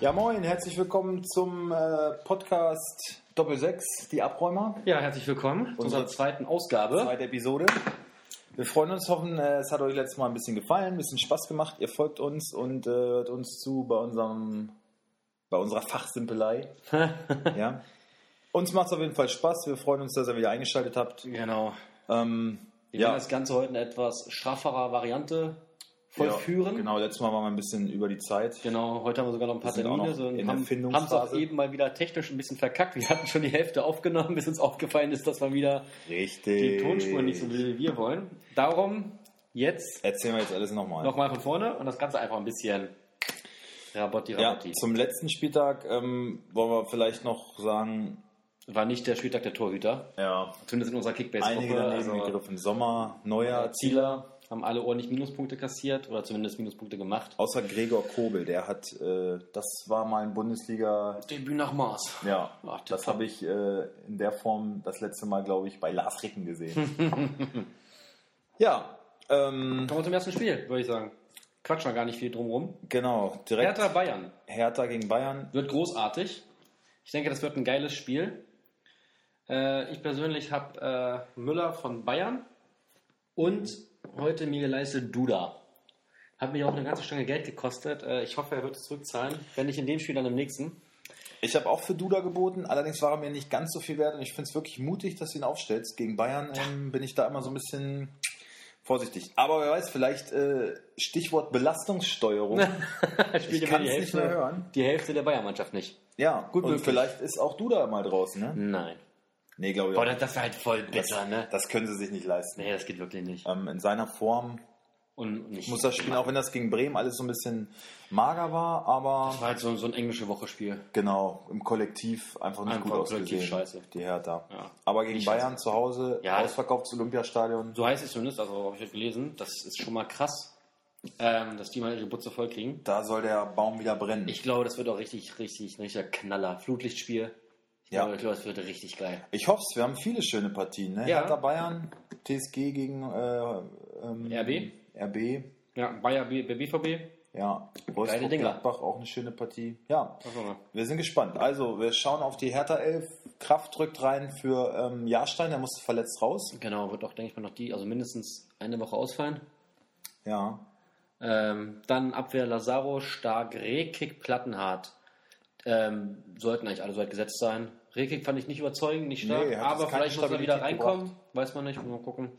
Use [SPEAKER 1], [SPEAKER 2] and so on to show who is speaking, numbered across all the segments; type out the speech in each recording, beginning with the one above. [SPEAKER 1] Ja, moin, herzlich willkommen zum äh, Podcast Doppel 6, die Abräumer,
[SPEAKER 2] Ja, herzlich willkommen zu
[SPEAKER 1] Unsere
[SPEAKER 2] unserer zweiten Ausgabe.
[SPEAKER 1] zweite Episode. Wir freuen uns, hoffen, äh, es hat euch letztes Mal ein bisschen gefallen, ein bisschen Spaß gemacht. Ihr folgt uns und äh, hört uns zu bei unserem, bei unserer Fachsimpelei. ja. Uns macht es auf jeden Fall Spaß. Wir freuen uns, dass ihr wieder eingeschaltet habt.
[SPEAKER 2] Genau.
[SPEAKER 1] Ähm,
[SPEAKER 2] Wir werden das Ganze heute in etwas strafferer Variante
[SPEAKER 1] Ja,
[SPEAKER 2] vollführen.
[SPEAKER 1] genau, letztes Mal waren wir ein bisschen über die Zeit.
[SPEAKER 2] Genau, heute haben wir sogar noch ein paar
[SPEAKER 1] Wir sind auch noch
[SPEAKER 2] Termine so,
[SPEAKER 1] in
[SPEAKER 2] und
[SPEAKER 1] der
[SPEAKER 2] haben haben es
[SPEAKER 1] Findungsphase.
[SPEAKER 2] auch eben mal wieder technisch ein bisschen verkackt. Wir hatten schon die Hälfte aufgenommen, bis uns aufgefallen ist, dass wir wieder
[SPEAKER 1] Richtig.
[SPEAKER 2] die Tonspuren nicht so wie wir wollen. Darum jetzt
[SPEAKER 1] Erzählen wir jetzt alles nochmal.
[SPEAKER 2] nochmal von vorne und das Ganze einfach ein bisschen rabotti
[SPEAKER 1] Ja,
[SPEAKER 2] rabotti.
[SPEAKER 1] zum letzten Spieltag ähm, wollen wir vielleicht noch sagen,
[SPEAKER 2] War nicht der Spieltag der Torhüter,
[SPEAKER 1] ja,
[SPEAKER 2] zumindest in unserer Kickbase-Woche.
[SPEAKER 1] einige daneben
[SPEAKER 2] also-
[SPEAKER 1] gegriffen. Sommer, Neuer,
[SPEAKER 2] Zieler haben alle ordentlich Minuspunkte kassiert oder zumindest Minuspunkte gemacht.
[SPEAKER 1] außer Gregor Kobel, der hat, äh, das war mal ein Bundesliga,
[SPEAKER 2] Debüt nach Mars.
[SPEAKER 1] ja,
[SPEAKER 2] Ach,
[SPEAKER 1] das habe ich äh, in der Form das letzte Mal, glaube ich, bei Lars Ricken gesehen. ja, ähm,
[SPEAKER 2] Kommen wir zum ersten Spiel, würde ich sagen. Quatsch mal gar nicht viel drum rum.
[SPEAKER 1] genau, direkt
[SPEAKER 2] Hertha
[SPEAKER 1] Hertha,
[SPEAKER 2] Bayern
[SPEAKER 1] gegen Bayern.
[SPEAKER 2] wird großartig. Ich denke, das wird ein geiles Spiel. Äh, ich persönlich habe äh, Müller von Bayern und heute mir geleistet Duda. Hat mich auch eine ganze Stange Geld gekostet. Äh, ich hoffe, er wird es zurückzahlen. Wenn nicht in dem Spiel, dann im nächsten.
[SPEAKER 1] Ich habe auch für Duda geboten, allerdings war er mir nicht ganz so viel wert und ich finde es wirklich mutig, dass du ihn aufstellst. Gegen Bayern ähm, bin ich da immer so ein bisschen vorsichtig. Aber wer weiß, vielleicht äh, Stichwort Belastungssteuerung.
[SPEAKER 2] Spielt
[SPEAKER 1] Ich
[SPEAKER 2] immer
[SPEAKER 1] kann's
[SPEAKER 2] die
[SPEAKER 1] nicht
[SPEAKER 2] Hälfte,
[SPEAKER 1] mehr hören.
[SPEAKER 2] die Hälfte der Bayern-Mannschaft nicht.
[SPEAKER 1] ja, gut, und
[SPEAKER 2] möglich.
[SPEAKER 1] vielleicht ist auch Duda mal draußen, ne?
[SPEAKER 2] Nein.
[SPEAKER 1] Nee, glaube ich
[SPEAKER 2] Boah,
[SPEAKER 1] auch.
[SPEAKER 2] das, das war halt voll
[SPEAKER 1] Das,
[SPEAKER 2] bitter, ne?
[SPEAKER 1] das können sie sich nicht leisten.
[SPEAKER 2] Nee, das geht wirklich nicht.
[SPEAKER 1] Ähm, in seiner Form
[SPEAKER 2] Und nicht.
[SPEAKER 1] muss das spielen, auch wenn das gegen Bremen alles so ein bisschen mager war, aber
[SPEAKER 2] Das war halt so, so ein englische Wochenspiel.
[SPEAKER 1] genau, im Kollektiv einfach nicht
[SPEAKER 2] Einfach
[SPEAKER 1] gut
[SPEAKER 2] kollektiv
[SPEAKER 1] ausgesehen.
[SPEAKER 2] scheiße.
[SPEAKER 1] Die Hertha.
[SPEAKER 2] Ja.
[SPEAKER 1] Aber gegen
[SPEAKER 2] Die Scheiße.
[SPEAKER 1] Bayern zu Hause,
[SPEAKER 2] Ja.
[SPEAKER 1] ausverkauftes Olympiastadion.
[SPEAKER 2] So heißt es zumindest, also habe ich jetzt gelesen. Das ist schon mal krass, ähm, dass die mal ihre Butze voll kriegen.
[SPEAKER 1] Da soll der Baum wieder brennen. Ich,
[SPEAKER 2] Ich glaube, das wird auch richtig, richtig, ein richtiger Knaller. Flutlichtspiel. Ich
[SPEAKER 1] Ja.
[SPEAKER 2] glaube, ich glaube, das wird richtig geil.
[SPEAKER 1] hoffe es, wir haben viele schöne Partien. Ne?
[SPEAKER 2] Ja.
[SPEAKER 1] Hertha Bayern, TSG gegen äh, ähm,
[SPEAKER 2] RB.
[SPEAKER 1] RB,
[SPEAKER 2] Ja, Bayer B, BVB.
[SPEAKER 1] ja. Wolfsburg
[SPEAKER 2] Dinger.
[SPEAKER 1] Gladbach, auch eine schöne Partie. Ja,
[SPEAKER 2] Was auch immer.
[SPEAKER 1] wir sind gespannt. Also, wir schauen auf die Hertha 11. Kraft drückt rein für ähm, Jahrstein, der musste verletzt raus.
[SPEAKER 2] Genau, wird auch, denke ich mal, noch die, also mindestens eine Woche ausfallen.
[SPEAKER 1] Ja,
[SPEAKER 2] Ähm, dann Abwehr Lazaro, Stark, Rekik, Plattenhardt. Ähm, sollten eigentlich alle soweit gesetzt sein. Rekik fand ich nicht überzeugend, nicht stark,
[SPEAKER 1] Nee, hat
[SPEAKER 2] aber
[SPEAKER 1] jetzt keine
[SPEAKER 2] vielleicht muss er wieder
[SPEAKER 1] Stabilität
[SPEAKER 2] reinkommen. Weiß man nicht, mal gucken.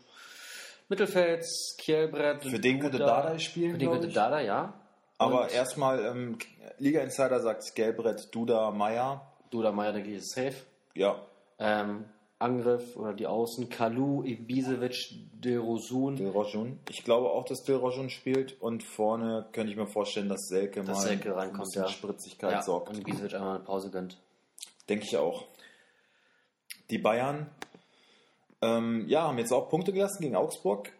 [SPEAKER 2] Mittelfeld, Kielbrett.
[SPEAKER 1] für den könnte Dada spielen.
[SPEAKER 2] Für den
[SPEAKER 1] glaub
[SPEAKER 2] könnte
[SPEAKER 1] ich.
[SPEAKER 2] Dada, ja.
[SPEAKER 1] Aber
[SPEAKER 2] Und
[SPEAKER 1] erstmal, ähm, Liga Insider sagt Gelbrett, Duda, Meier.
[SPEAKER 2] Duda Meier, denke ich, ist safe.
[SPEAKER 1] Ja,
[SPEAKER 2] Ähm, Angriff oder die Außen. Kalu, Ibisevic, Derosun.
[SPEAKER 1] Dilrosun. Ich glaube auch, dass Dilrosun spielt und vorne könnte ich mir vorstellen, dass Selke
[SPEAKER 2] Dass
[SPEAKER 1] mal
[SPEAKER 2] Selke
[SPEAKER 1] für
[SPEAKER 2] reinkommt,
[SPEAKER 1] bisschen
[SPEAKER 2] ja.
[SPEAKER 1] Spritzigkeit
[SPEAKER 2] Ja,
[SPEAKER 1] sorgt.
[SPEAKER 2] und Ibisevic einmal eine Pause gönnt.
[SPEAKER 1] Denke ich auch. Die Bayern ähm, ja, haben jetzt auch Punkte gelassen gegen Augsburg.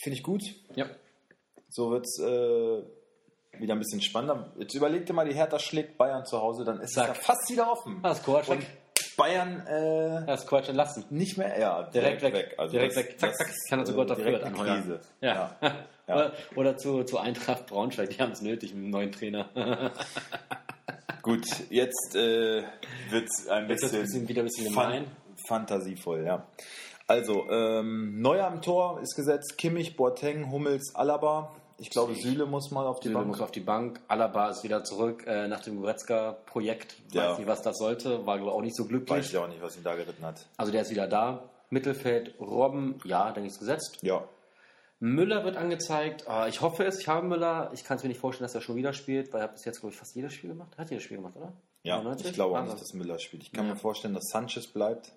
[SPEAKER 1] Finde ich gut.
[SPEAKER 2] Ja.
[SPEAKER 1] So wird es äh, wieder ein bisschen spannender. Jetzt überleg dir mal, die Hertha schlägt Bayern zu Hause, dann ist es
[SPEAKER 2] Zack.
[SPEAKER 1] ja
[SPEAKER 2] Ah,
[SPEAKER 1] fast wieder offen.
[SPEAKER 2] Das ist Quatsch.
[SPEAKER 1] Und Bayern äh,
[SPEAKER 2] Das ist Quatsch entlassen.
[SPEAKER 1] nicht mehr, ja, direkt,
[SPEAKER 2] Direkt weg.
[SPEAKER 1] weg. Also
[SPEAKER 2] Direkt
[SPEAKER 1] das-
[SPEAKER 2] weg. Zack,
[SPEAKER 1] das
[SPEAKER 2] zack.
[SPEAKER 1] ist,
[SPEAKER 2] Kann er zu
[SPEAKER 1] äh,
[SPEAKER 2] Gott dafür
[SPEAKER 1] direkt eine
[SPEAKER 2] anheuern.
[SPEAKER 1] Krise.
[SPEAKER 2] Ja.
[SPEAKER 1] Ja.
[SPEAKER 2] Oder, oder zu, zu Eintracht Braunschweig, die haben es nötig mit einem neuen Trainer.
[SPEAKER 1] Gut, jetzt äh, wird es ein
[SPEAKER 2] Jetzt wird's
[SPEAKER 1] bisschen,
[SPEAKER 2] ein bisschen- wieder ein bisschen gemein.
[SPEAKER 1] fantasievoll, ja. Also, ähm, Neuer am Tor ist gesetzt, Kimmich, Boateng, Hummels, Alaba. Ich glaube, Süle muss mal auf die
[SPEAKER 2] Süle
[SPEAKER 1] Bank.
[SPEAKER 2] muss auf die Bank. Alaba ist wieder zurück äh, nach dem Goretzka-Projekt. Weiß
[SPEAKER 1] Ja.
[SPEAKER 2] nicht, was das sollte. War, glaube ich, auch nicht so
[SPEAKER 1] Weiß
[SPEAKER 2] glücklich.
[SPEAKER 1] ich auch nicht, was ihn da geritten hat.
[SPEAKER 2] Also der ist wieder da. Mittelfeld, Robben, ja, denke ich, ist gesetzt.
[SPEAKER 1] Ja,
[SPEAKER 2] Müller wird angezeigt. Ah, ich hoffe es, ich habe Müller. Ich kann es mir nicht vorstellen, dass er schon wieder spielt, weil er hat bis jetzt, glaube ich, fast jedes Spiel gemacht. Er Hat jedes Spiel gemacht, oder?
[SPEAKER 1] ja.
[SPEAKER 2] 95?
[SPEAKER 1] ich glaube auch
[SPEAKER 2] Also,
[SPEAKER 1] nicht, dass Müller spielt. Ich kann
[SPEAKER 2] Ja.
[SPEAKER 1] mir vorstellen, dass Sanchez bleibt,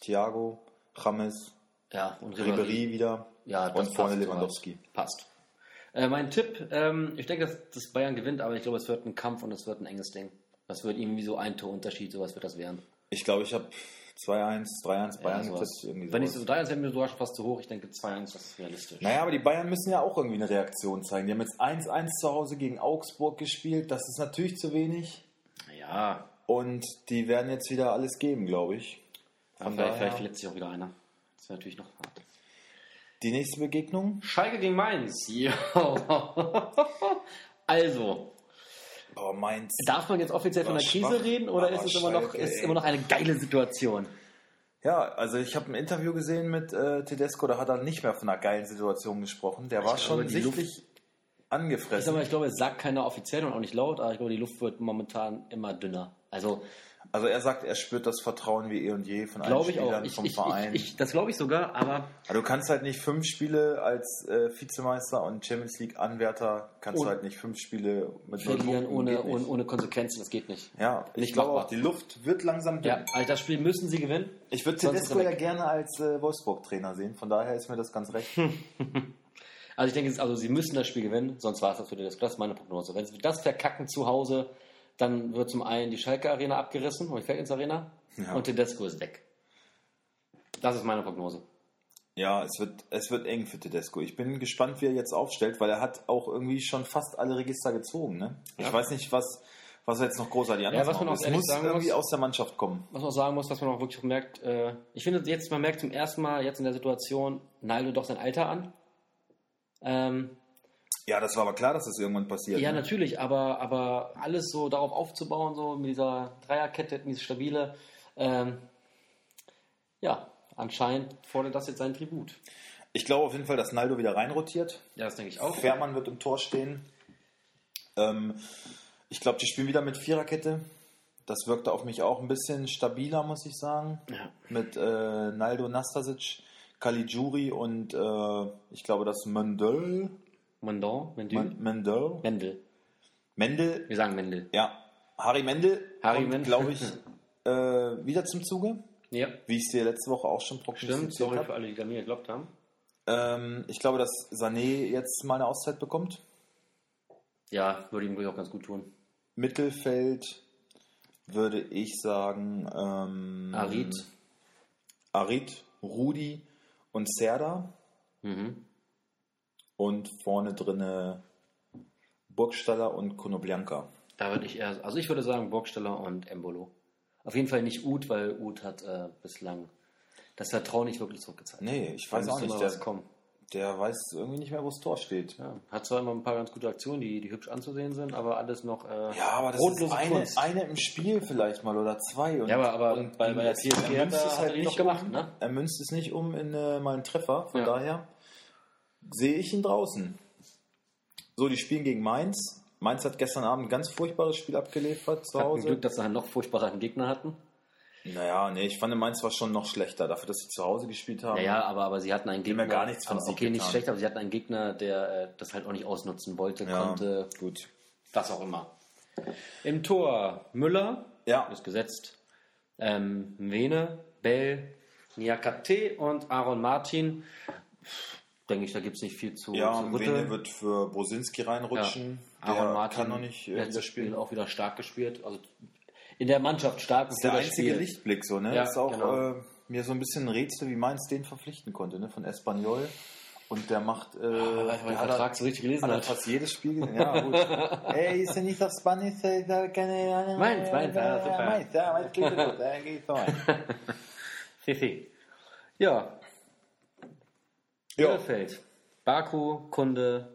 [SPEAKER 1] Thiago, James,
[SPEAKER 2] Ja, und Ribéry.
[SPEAKER 1] Ribéry wieder
[SPEAKER 2] Ja, das
[SPEAKER 1] und vorne
[SPEAKER 2] passt
[SPEAKER 1] Lewandowski.
[SPEAKER 2] Passt. Äh, mein Tipp, ähm, ich denke, dass, dass Bayern gewinnt, aber ich glaube, es wird ein Kampf und es wird ein enges Ding. Das wird irgendwie so ein Torunterschied, sowas wird das werden.
[SPEAKER 1] Ich glaube, ich habe 2-1, 3-1
[SPEAKER 2] Ja,
[SPEAKER 1] Bayern
[SPEAKER 2] sowas.
[SPEAKER 1] getippt. Irgendwie
[SPEAKER 2] Wenn ich
[SPEAKER 1] sowas. Hm.
[SPEAKER 2] so 3 hätte mir sogar schon fast zu hoch, ich denke 2-1, das ist realistisch.
[SPEAKER 1] Naja, aber die Bayern müssen ja auch irgendwie eine Reaktion zeigen. Die haben jetzt 1-1 zu Hause gegen Augsburg gespielt. Das ist natürlich zu wenig.
[SPEAKER 2] Ja,
[SPEAKER 1] Und die werden jetzt wieder alles geben, glaube ich.
[SPEAKER 2] aber
[SPEAKER 1] Von
[SPEAKER 2] vielleicht,
[SPEAKER 1] daher-
[SPEAKER 2] vielleicht verletzt sich auch wieder einer. Das wäre natürlich noch hart.
[SPEAKER 1] Die nächste Begegnung?
[SPEAKER 2] Schalke gegen Mainz. Ja. also,
[SPEAKER 1] Boah, Oh, Mainz.
[SPEAKER 2] Darf man jetzt offiziell von
[SPEAKER 1] War
[SPEAKER 2] einer Krise
[SPEAKER 1] schwach,
[SPEAKER 2] reden oder
[SPEAKER 1] aber
[SPEAKER 2] ist es immer noch,
[SPEAKER 1] Schalke,
[SPEAKER 2] ist
[SPEAKER 1] ey.
[SPEAKER 2] immer noch eine geile Situation?
[SPEAKER 1] Ja, also ich habe ein Interview gesehen mit äh, Tedesco, da hat er nicht mehr von einer geilen Situation gesprochen. Der war
[SPEAKER 2] glaube,
[SPEAKER 1] schon
[SPEAKER 2] die
[SPEAKER 1] sichtlich
[SPEAKER 2] Ich, sag
[SPEAKER 1] angefressen.
[SPEAKER 2] mal, ich glaube, es sagt keiner offiziell und auch nicht laut, aber ich glaube, die Luft wird momentan immer dünner. Also
[SPEAKER 1] Also er sagt, er spürt das Vertrauen wie eh und je von allen
[SPEAKER 2] glaube ich auch.
[SPEAKER 1] Spielern,
[SPEAKER 2] Ich,
[SPEAKER 1] vom
[SPEAKER 2] ich,
[SPEAKER 1] Verein.
[SPEAKER 2] ich, ich, das glaube ich sogar, aber
[SPEAKER 1] Aber du kannst halt nicht fünf Spiele als äh, Vizemeister und Champions League Anwärter, kannst
[SPEAKER 2] Und-
[SPEAKER 1] du halt nicht fünf Spiele mit null
[SPEAKER 2] verlieren
[SPEAKER 1] Punkten,
[SPEAKER 2] ohne,
[SPEAKER 1] geht nicht.
[SPEAKER 2] ohne, ohne Konsequenzen, das geht nicht.
[SPEAKER 1] Ja, ich
[SPEAKER 2] Nicht
[SPEAKER 1] glaube
[SPEAKER 2] machbar.
[SPEAKER 1] auch, die Luft wird langsam dünn.
[SPEAKER 2] Ja, also das Spiel müssen sie gewinnen.
[SPEAKER 1] Ich würde
[SPEAKER 2] Sonst ist
[SPEAKER 1] Tedesco
[SPEAKER 2] er
[SPEAKER 1] ja
[SPEAKER 2] weg.
[SPEAKER 1] gerne als äh, Wolfsburg-Trainer sehen, von daher ist mir das ganz recht.
[SPEAKER 2] Hm. Also ich denke, es- also sie müssen das Spiel gewinnen, sonst war es das für Tedesco. Das ist meine Prognose. Wenn sie das verkacken zu Hause, dann wird zum einen die Schalke Arena abgerissen, und die Feldins Arena,
[SPEAKER 1] Ja.
[SPEAKER 2] und Tedesco ist weg. Das ist meine Prognose.
[SPEAKER 1] ja, es wird, es wird eng für Tedesco. Ich bin gespannt, wie er jetzt aufstellt, weil er hat auch irgendwie schon fast alle Register gezogen. Ne?
[SPEAKER 2] Ja.
[SPEAKER 1] Ich weiß nicht, was, was er jetzt noch großartig anders
[SPEAKER 2] was man
[SPEAKER 1] machen
[SPEAKER 2] auch
[SPEAKER 1] muss. Es
[SPEAKER 2] ehrlich
[SPEAKER 1] muss
[SPEAKER 2] sagen
[SPEAKER 1] irgendwie
[SPEAKER 2] muss-
[SPEAKER 1] aus der Mannschaft kommen.
[SPEAKER 2] Was man auch sagen muss, was man auch wirklich merkt, äh, ich finde jetzt, man merkt zum ersten Mal jetzt in der Situation Naldo doch sein Alter an. Ähm,
[SPEAKER 1] Ja, das war aber klar, dass das irgendwann passiert.
[SPEAKER 2] Ja,
[SPEAKER 1] ne?
[SPEAKER 2] natürlich, aber, aber alles so darauf aufzubauen, so mit dieser Dreierkette, mit dieser stabile, ähm, ja, anscheinend fordert das jetzt sein Tribut.
[SPEAKER 1] Ich glaube auf jeden Fall, dass Naldo wieder reinrotiert.
[SPEAKER 2] Ja, das denke ich
[SPEAKER 1] Fährmann wird im Tor stehen. Ähm, ich glaube, die spielen wieder mit Viererkette. Das wirkte auf mich auch ein bisschen stabiler, muss ich sagen.
[SPEAKER 2] Ja.
[SPEAKER 1] Mit äh, Naldo Nastasic, Caligiuri und äh, ich glaube, das Mendel.
[SPEAKER 2] Mandon, Mendel.
[SPEAKER 1] Men- Mendel.
[SPEAKER 2] Mendel.
[SPEAKER 1] Mendel,
[SPEAKER 2] Wir sagen Mendel.
[SPEAKER 1] ja. Harry Mendel
[SPEAKER 2] Harry
[SPEAKER 1] kommt,
[SPEAKER 2] Mendel.
[SPEAKER 1] glaube ich, äh, wieder zum Zuge,
[SPEAKER 2] Ja,
[SPEAKER 1] wie ich es dir letzte Woche auch schon
[SPEAKER 2] stimmt.
[SPEAKER 1] prognostiziert
[SPEAKER 2] Sorry für
[SPEAKER 1] habe.
[SPEAKER 2] alle, die da mir geglaubt haben.
[SPEAKER 1] Ähm, ich glaube, dass Sané jetzt mal eine Auszeit bekommt.
[SPEAKER 2] Ja, würde ihm ruhig auch ganz gut tun.
[SPEAKER 1] Mittelfeld würde ich sagen ähm,
[SPEAKER 2] Arid.
[SPEAKER 1] Arid, Rudi und Serda
[SPEAKER 2] Mhm.
[SPEAKER 1] und vorne drinne Burgstaller und Konoblianka.
[SPEAKER 2] Da würde ich eher, also ich würde sagen Burgsteller und Embolo. Auf jeden Fall nicht Uth, weil Uth hat äh, bislang das Vertrauen nicht wirklich zurückgezeigt.
[SPEAKER 1] Nee, ich
[SPEAKER 2] Da
[SPEAKER 1] Hm, weiß auch
[SPEAKER 2] müsste
[SPEAKER 1] nicht,
[SPEAKER 2] mal was
[SPEAKER 1] der,
[SPEAKER 2] kommen.
[SPEAKER 1] der weiß irgendwie nicht mehr, wo das Tor steht.
[SPEAKER 2] Ja, hat zwar immer ein paar ganz gute Aktionen, die, die hübsch anzusehen sind, aber alles noch äh,
[SPEAKER 1] Ja, aber das
[SPEAKER 2] brotlose
[SPEAKER 1] ist eine,
[SPEAKER 2] Kunst.
[SPEAKER 1] eine im Spiel vielleicht mal oder zwei. Und,
[SPEAKER 2] ja, aber, aber
[SPEAKER 1] und
[SPEAKER 2] bei, bei der
[SPEAKER 1] es-
[SPEAKER 2] TSG
[SPEAKER 1] er
[SPEAKER 2] hat
[SPEAKER 1] münzt
[SPEAKER 2] er,
[SPEAKER 1] es
[SPEAKER 2] hat er
[SPEAKER 1] halt
[SPEAKER 2] die noch
[SPEAKER 1] nicht
[SPEAKER 2] gemacht,
[SPEAKER 1] um,
[SPEAKER 2] ne?
[SPEAKER 1] Er münzt es nicht um in äh, mal einen Treffer, von
[SPEAKER 2] Ja.
[SPEAKER 1] daher sehe ich ihn draußen. So, die spielen gegen Mainz. Mainz hat gestern Abend ein ganz furchtbares Spiel abgeliefert zu
[SPEAKER 2] Hatten
[SPEAKER 1] Hause.
[SPEAKER 2] Glück, dass sie einen noch furchtbareren Gegner hatten.
[SPEAKER 1] Naja, nee, ich fand Mainz war schon noch schlechter, dafür, dass sie zu Hause gespielt haben.
[SPEAKER 2] Ja, ja, aber, aber sie hatten einen
[SPEAKER 1] haben ja
[SPEAKER 2] Gegner.
[SPEAKER 1] gar nichts vom
[SPEAKER 2] aber,
[SPEAKER 1] Sieg
[SPEAKER 2] Okay, nicht
[SPEAKER 1] getan.
[SPEAKER 2] schlecht, aber sie hatten einen Gegner, der äh, das halt auch nicht ausnutzen wollte,
[SPEAKER 1] Ja,
[SPEAKER 2] konnte,
[SPEAKER 1] gut.
[SPEAKER 2] was auch immer. Im Tor Müller,
[SPEAKER 1] Ja,
[SPEAKER 2] ist gesetzt. Ähm, Mene, Bell, Niakate und Aaron Martin. Denke ich, da gibt es nicht viel zu,
[SPEAKER 1] ja
[SPEAKER 2] zu
[SPEAKER 1] Mbene wird für Brosinski reinrutschen.
[SPEAKER 2] Ja. Aaron
[SPEAKER 1] der
[SPEAKER 2] Martin
[SPEAKER 1] kann noch nicht äh, wieder
[SPEAKER 2] letztes Spiel
[SPEAKER 1] spielen.
[SPEAKER 2] auch wieder stark gespielt. Also in der Mannschaft stark
[SPEAKER 1] Das ist der einzige Lichtblick so, ne?
[SPEAKER 2] Ja,
[SPEAKER 1] ist auch
[SPEAKER 2] genau.
[SPEAKER 1] äh, mir so ein bisschen ein Rätsel, wie Mainz den verpflichten konnte, ne? Von Espanyol. Und der macht. Äh,
[SPEAKER 2] Ah, Weil
[SPEAKER 1] der
[SPEAKER 2] ich den
[SPEAKER 1] hat
[SPEAKER 2] Vertrag so richtig gelesen
[SPEAKER 1] Hat er
[SPEAKER 2] hat.
[SPEAKER 1] fast jedes Spiel gesehen? Ja, gut. Ey, ist ja nicht auf Spanisch, äh, da kann er.
[SPEAKER 2] Meins, meins, ja, super.
[SPEAKER 1] Meins, äh, ja, meins klingt gut, da geh ich so ein.
[SPEAKER 2] Fifi. Ja,
[SPEAKER 1] Ja,
[SPEAKER 2] Bielefeld. Baku, Kunde,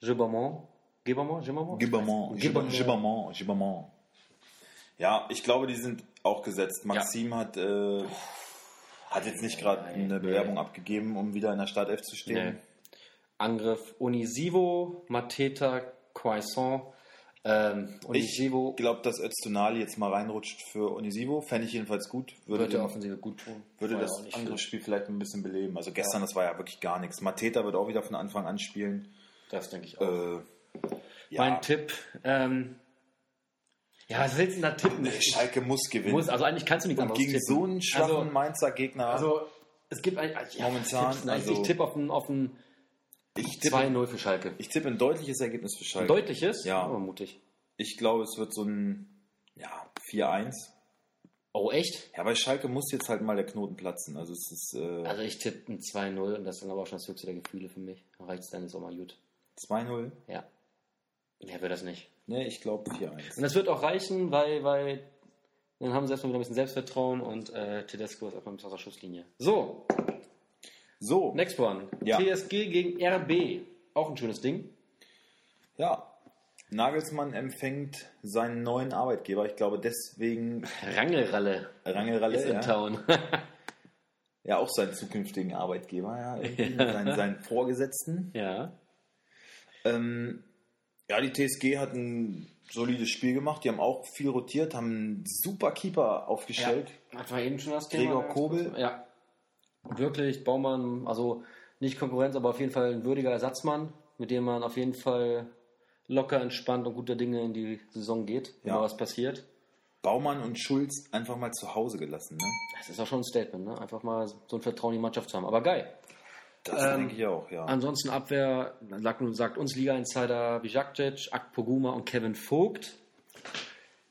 [SPEAKER 2] Gibbermont. Gibbermont? Gibbermont?
[SPEAKER 1] Gibbermont,
[SPEAKER 2] Gibbermont.
[SPEAKER 1] Gibbermont, Gibbermont. Ja, ich glaube, die sind auch gesetzt. Maxim hat, äh, hat jetzt nicht gerade
[SPEAKER 2] Nein,
[SPEAKER 1] eine Bewerbung abgegeben, um wieder in der Startelf zu stehen.
[SPEAKER 2] Nee. Angriff Onisivo, Mateta, Quaison. Ähm, Onisivo
[SPEAKER 1] Ich glaube, dass Öztunali jetzt mal reinrutscht für Onisivo. Fände ich jedenfalls gut. Würde,
[SPEAKER 2] würde der
[SPEAKER 1] dem-
[SPEAKER 2] Offensive gut tun.
[SPEAKER 1] würde
[SPEAKER 2] War ja
[SPEAKER 1] das
[SPEAKER 2] auch nicht
[SPEAKER 1] andere
[SPEAKER 2] viel.
[SPEAKER 1] Spiel vielleicht ein bisschen beleben. Also gestern, das war ja wirklich gar nichts. Mateta wird auch wieder von Anfang an spielen.
[SPEAKER 2] Das denke ich
[SPEAKER 1] Äh,
[SPEAKER 2] auch.
[SPEAKER 1] ja.
[SPEAKER 2] Mein Tipp. Ähm, ja, was willst du denn da tippen?
[SPEAKER 1] Nee, Schalke muss gewinnen.
[SPEAKER 2] Muss, also eigentlich kannst du nichts
[SPEAKER 1] Und
[SPEAKER 2] anderes
[SPEAKER 1] gegen
[SPEAKER 2] tippen.
[SPEAKER 1] so einen schwachen
[SPEAKER 2] Also-
[SPEAKER 1] Mainzer Gegner.
[SPEAKER 2] Also, es gibt eigentlich.
[SPEAKER 1] Momentan,
[SPEAKER 2] Ja, also, ich
[SPEAKER 1] also-
[SPEAKER 2] tippe auf ein, auf ein
[SPEAKER 1] ich, tippe,
[SPEAKER 2] 2-0 für Schalke.
[SPEAKER 1] ich tippe ein deutliches Ergebnis für Schalke.
[SPEAKER 2] Deutliches?
[SPEAKER 1] Ja.
[SPEAKER 2] Aber mutig.
[SPEAKER 1] ich glaube, es wird so ein ja, 4-1.
[SPEAKER 2] Oh, echt?
[SPEAKER 1] Ja, bei Schalke muss jetzt halt mal der Knoten platzen. Also es ist äh,
[SPEAKER 2] Also, ich tippe ein 2-0 und das ist dann aber auch schon das höchste der Gefühle für mich. Dann reicht es dann, ist auch mal gut.
[SPEAKER 1] 2-0.
[SPEAKER 2] Ja. Mehr wird das nicht.
[SPEAKER 1] Ne, ich glaube
[SPEAKER 2] Und
[SPEAKER 1] 4-1.
[SPEAKER 2] das wird auch reichen, weil, weil dann haben sie erstmal wieder ein bisschen Selbstvertrauen und äh, Tedesco ist erstmal ein bisschen aus der Schusslinie. So,
[SPEAKER 1] So,
[SPEAKER 2] ne- next one.
[SPEAKER 1] Ja.
[SPEAKER 2] TSG gegen RB. Auch ein schönes Ding.
[SPEAKER 1] ja. Nagelsmann empfängt seinen neuen Arbeitgeber. Ich glaube, deswegen
[SPEAKER 2] Rangelralle
[SPEAKER 1] Rangelralle.
[SPEAKER 2] ist in
[SPEAKER 1] Ja.
[SPEAKER 2] Town.
[SPEAKER 1] ja, auch seinen zukünftigen Arbeitgeber, ja, irgendwie, seinen, seinen Vorgesetzten.
[SPEAKER 2] ja.
[SPEAKER 1] Ähm, ja, die TSG hat ein solides Spiel gemacht. Die haben auch viel rotiert, haben einen super Keeper aufgestellt.
[SPEAKER 2] Ja, hatten wir eben schon das
[SPEAKER 1] Gregor
[SPEAKER 2] Thema.
[SPEAKER 1] Kobel.
[SPEAKER 2] Ja. Wirklich, Baumann, also nicht Konkurrenz, aber auf jeden Fall ein würdiger Ersatzmann, mit dem man auf jeden Fall locker, entspannt und guter Dinge in die Saison geht, wenn
[SPEAKER 1] Ja.
[SPEAKER 2] mal was passiert.
[SPEAKER 1] Baumann und Schulz einfach mal zu Hause gelassen. Ne?
[SPEAKER 2] Das ist auch schon ein Statement, ne? einfach mal so ein Vertrauen in die Mannschaft zu haben. Aber geil.
[SPEAKER 1] Das
[SPEAKER 2] Ähm,
[SPEAKER 1] denke ich auch, ja.
[SPEAKER 2] Ansonsten Abwehr, sagt, sagt uns Liga-Insider Bijakcic, Akpoguma und Kevin Vogt.